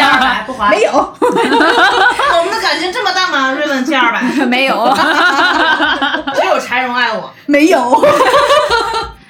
E: 二百不还
C: 没有， (laughs)
E: 我们的感情这么大吗？瑞文借二百，
D: 没有。
E: 只有柴荣爱我。
C: 没有。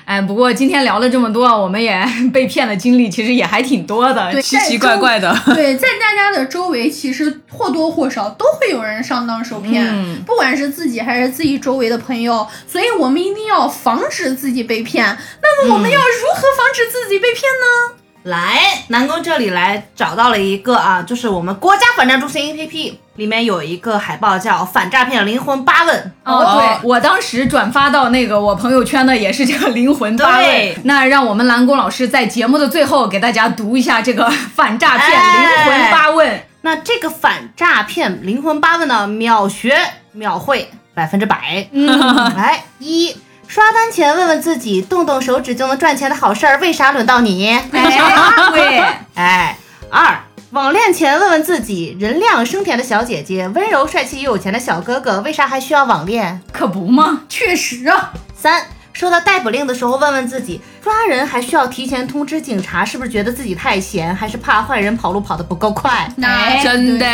D: 哎，不过今天聊了这么多，我们也被骗的经历其实也还挺多的。
C: 对
F: 奇奇怪怪的。
C: 对，在大家的周围，其实或多或少都会有人上当受骗，
D: 嗯
C: 不管是自己还是自己周围的朋友，所以我们一定要防止自己被骗。那么我
D: 嗯
C: 们要如何防止自己被骗呢？
E: 来，南宫这里来找到了一个啊，就是我们国家反诈中心 APP 里面有一个海报叫《反诈骗灵魂八问
D: 哦，对，我当时转发到那个我朋友圈的也是这个灵魂八问
E: 对。
D: (laughs) 那让我们蓝宫老师在节目的最后给大家读一下这个反诈骗灵
E: 哎
D: 魂八问。》。
E: 那这个反诈骗灵魂八问呢，秒学秒会，百分之百。嗯，来一。刷单前问问自己，动动手指就能赚钱的好事儿，为啥轮到你？
D: 哎，对，
E: 哎，二网恋前问问自己，人靓声甜的小姐姐，温柔帅气又有钱的小哥哥，为啥还需要网恋？
D: 可不嘛。
C: 确实啊，
E: 三，收到逮捕令的时候问问自己，抓人还需要提前通知警察，是不是觉得自己太闲，还是怕坏人跑路跑得不够快？
D: 哎
C: 那
F: 真的，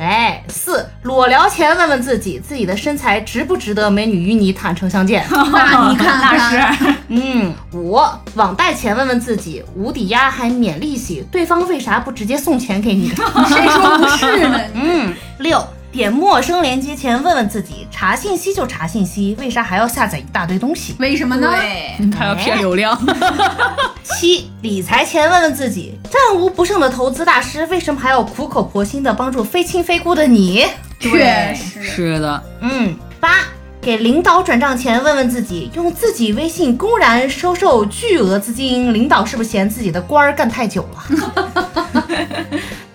E: 哎，四裸聊前问问自己，自己的身材值不值得美女与你坦诚相见？
C: 那你看看，
D: 那是
E: 嗯，五网贷前问问自己，无抵押还免利息，对方为啥不直接送钱 (laughs) 给你？
C: 谁说不是呢？
E: 嗯，六点陌生链接前问问自己，查信息就查信息，为啥还要下载一大堆东西？
C: 为什么呢？
D: 对。
F: (laughs) 他要骗流量。
E: 七理财前问问自己，战无不胜的投资大师，为什么还要苦口婆心的帮助非亲非故的你？
C: 确实，
F: 是的，
E: 嗯，八给领导转账前问问自己，用自己微信公然收受巨额资金，领导是不是嫌自己的官儿干太久了？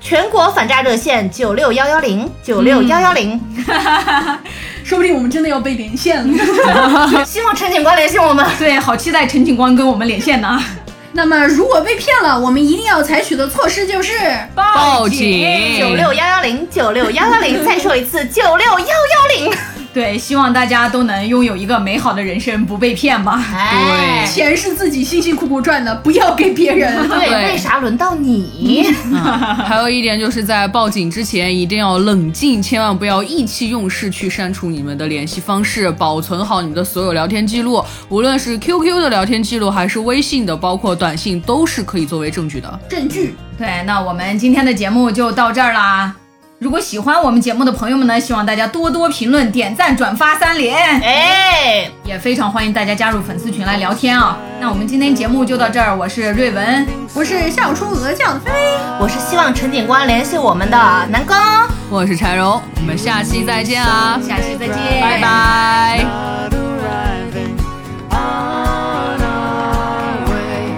E: 全国反诈热线九六幺幺零九六幺幺零，
C: 说不定我们真的要被连线了。
E: 希望陈警官联系我们。
D: 对，好期待陈警官跟我们连线呢。 (laughs)
C: 那么，如果被骗了，我们一定要采取的措施就是
F: 报警
E: 九六幺幺零九六幺幺零，再说一次九六幺幺零。
D: 对，希望大家都能拥有一个美好的人生，不被骗吧。
E: 哎，
C: 钱是自己辛辛苦苦赚的，不要给别人。
E: 对，
F: 对
E: 为啥轮到你？
F: 还有一点就是在报警之前一定要冷静，千万不要意气用事去删除你们的联系方式，保存好你们的所有聊天记录，无论是 QQ 的聊天记录还是微信的，包括短信，都是可以作为证据的。
C: 证据。
D: 对，那我们今天的节目就到这儿啦。如果喜欢我们节目的朋友们呢，希望大家多多评论、点赞、转发三连，
E: 哎，
D: 也非常欢迎大家加入粉丝群来聊天啊。那我们今天节目就到这儿，我是瑞文，
C: 我是笑出鹅叫的菲菲。
E: 我是希望陈警官联系我们的南宫。
F: 我是柴荣，我们下期再见啊，
D: 下期再见，
F: 拜拜。
A: not arriving on our way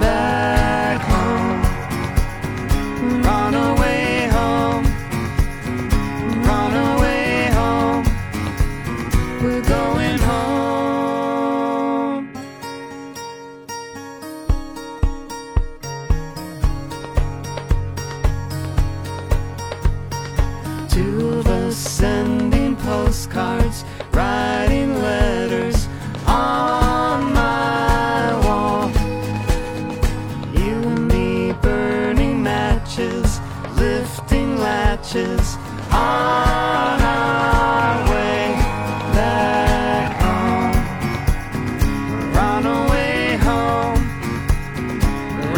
A: back home. Run away home. Run away home. We're going home. Two of us sending postcards, writing letters on my wall. You and me burning matches, lifting latches on our way back home. Run away home,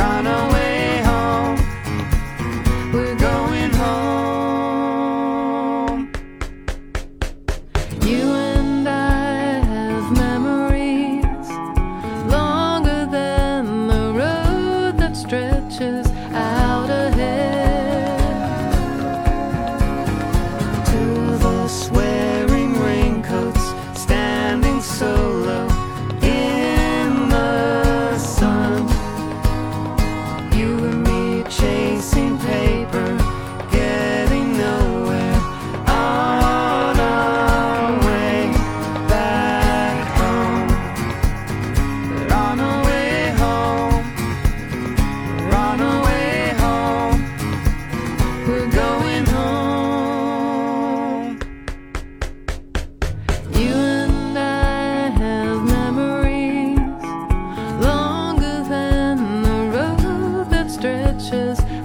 A: run away home. We're going home. You and I have memories longer than the road that stretches out ahead. Two of us wearing raincoats, standing solo in the sun. You and me chasing paper, getting nowhere on our way back home. We're on our way home. We're on our way home.
F: is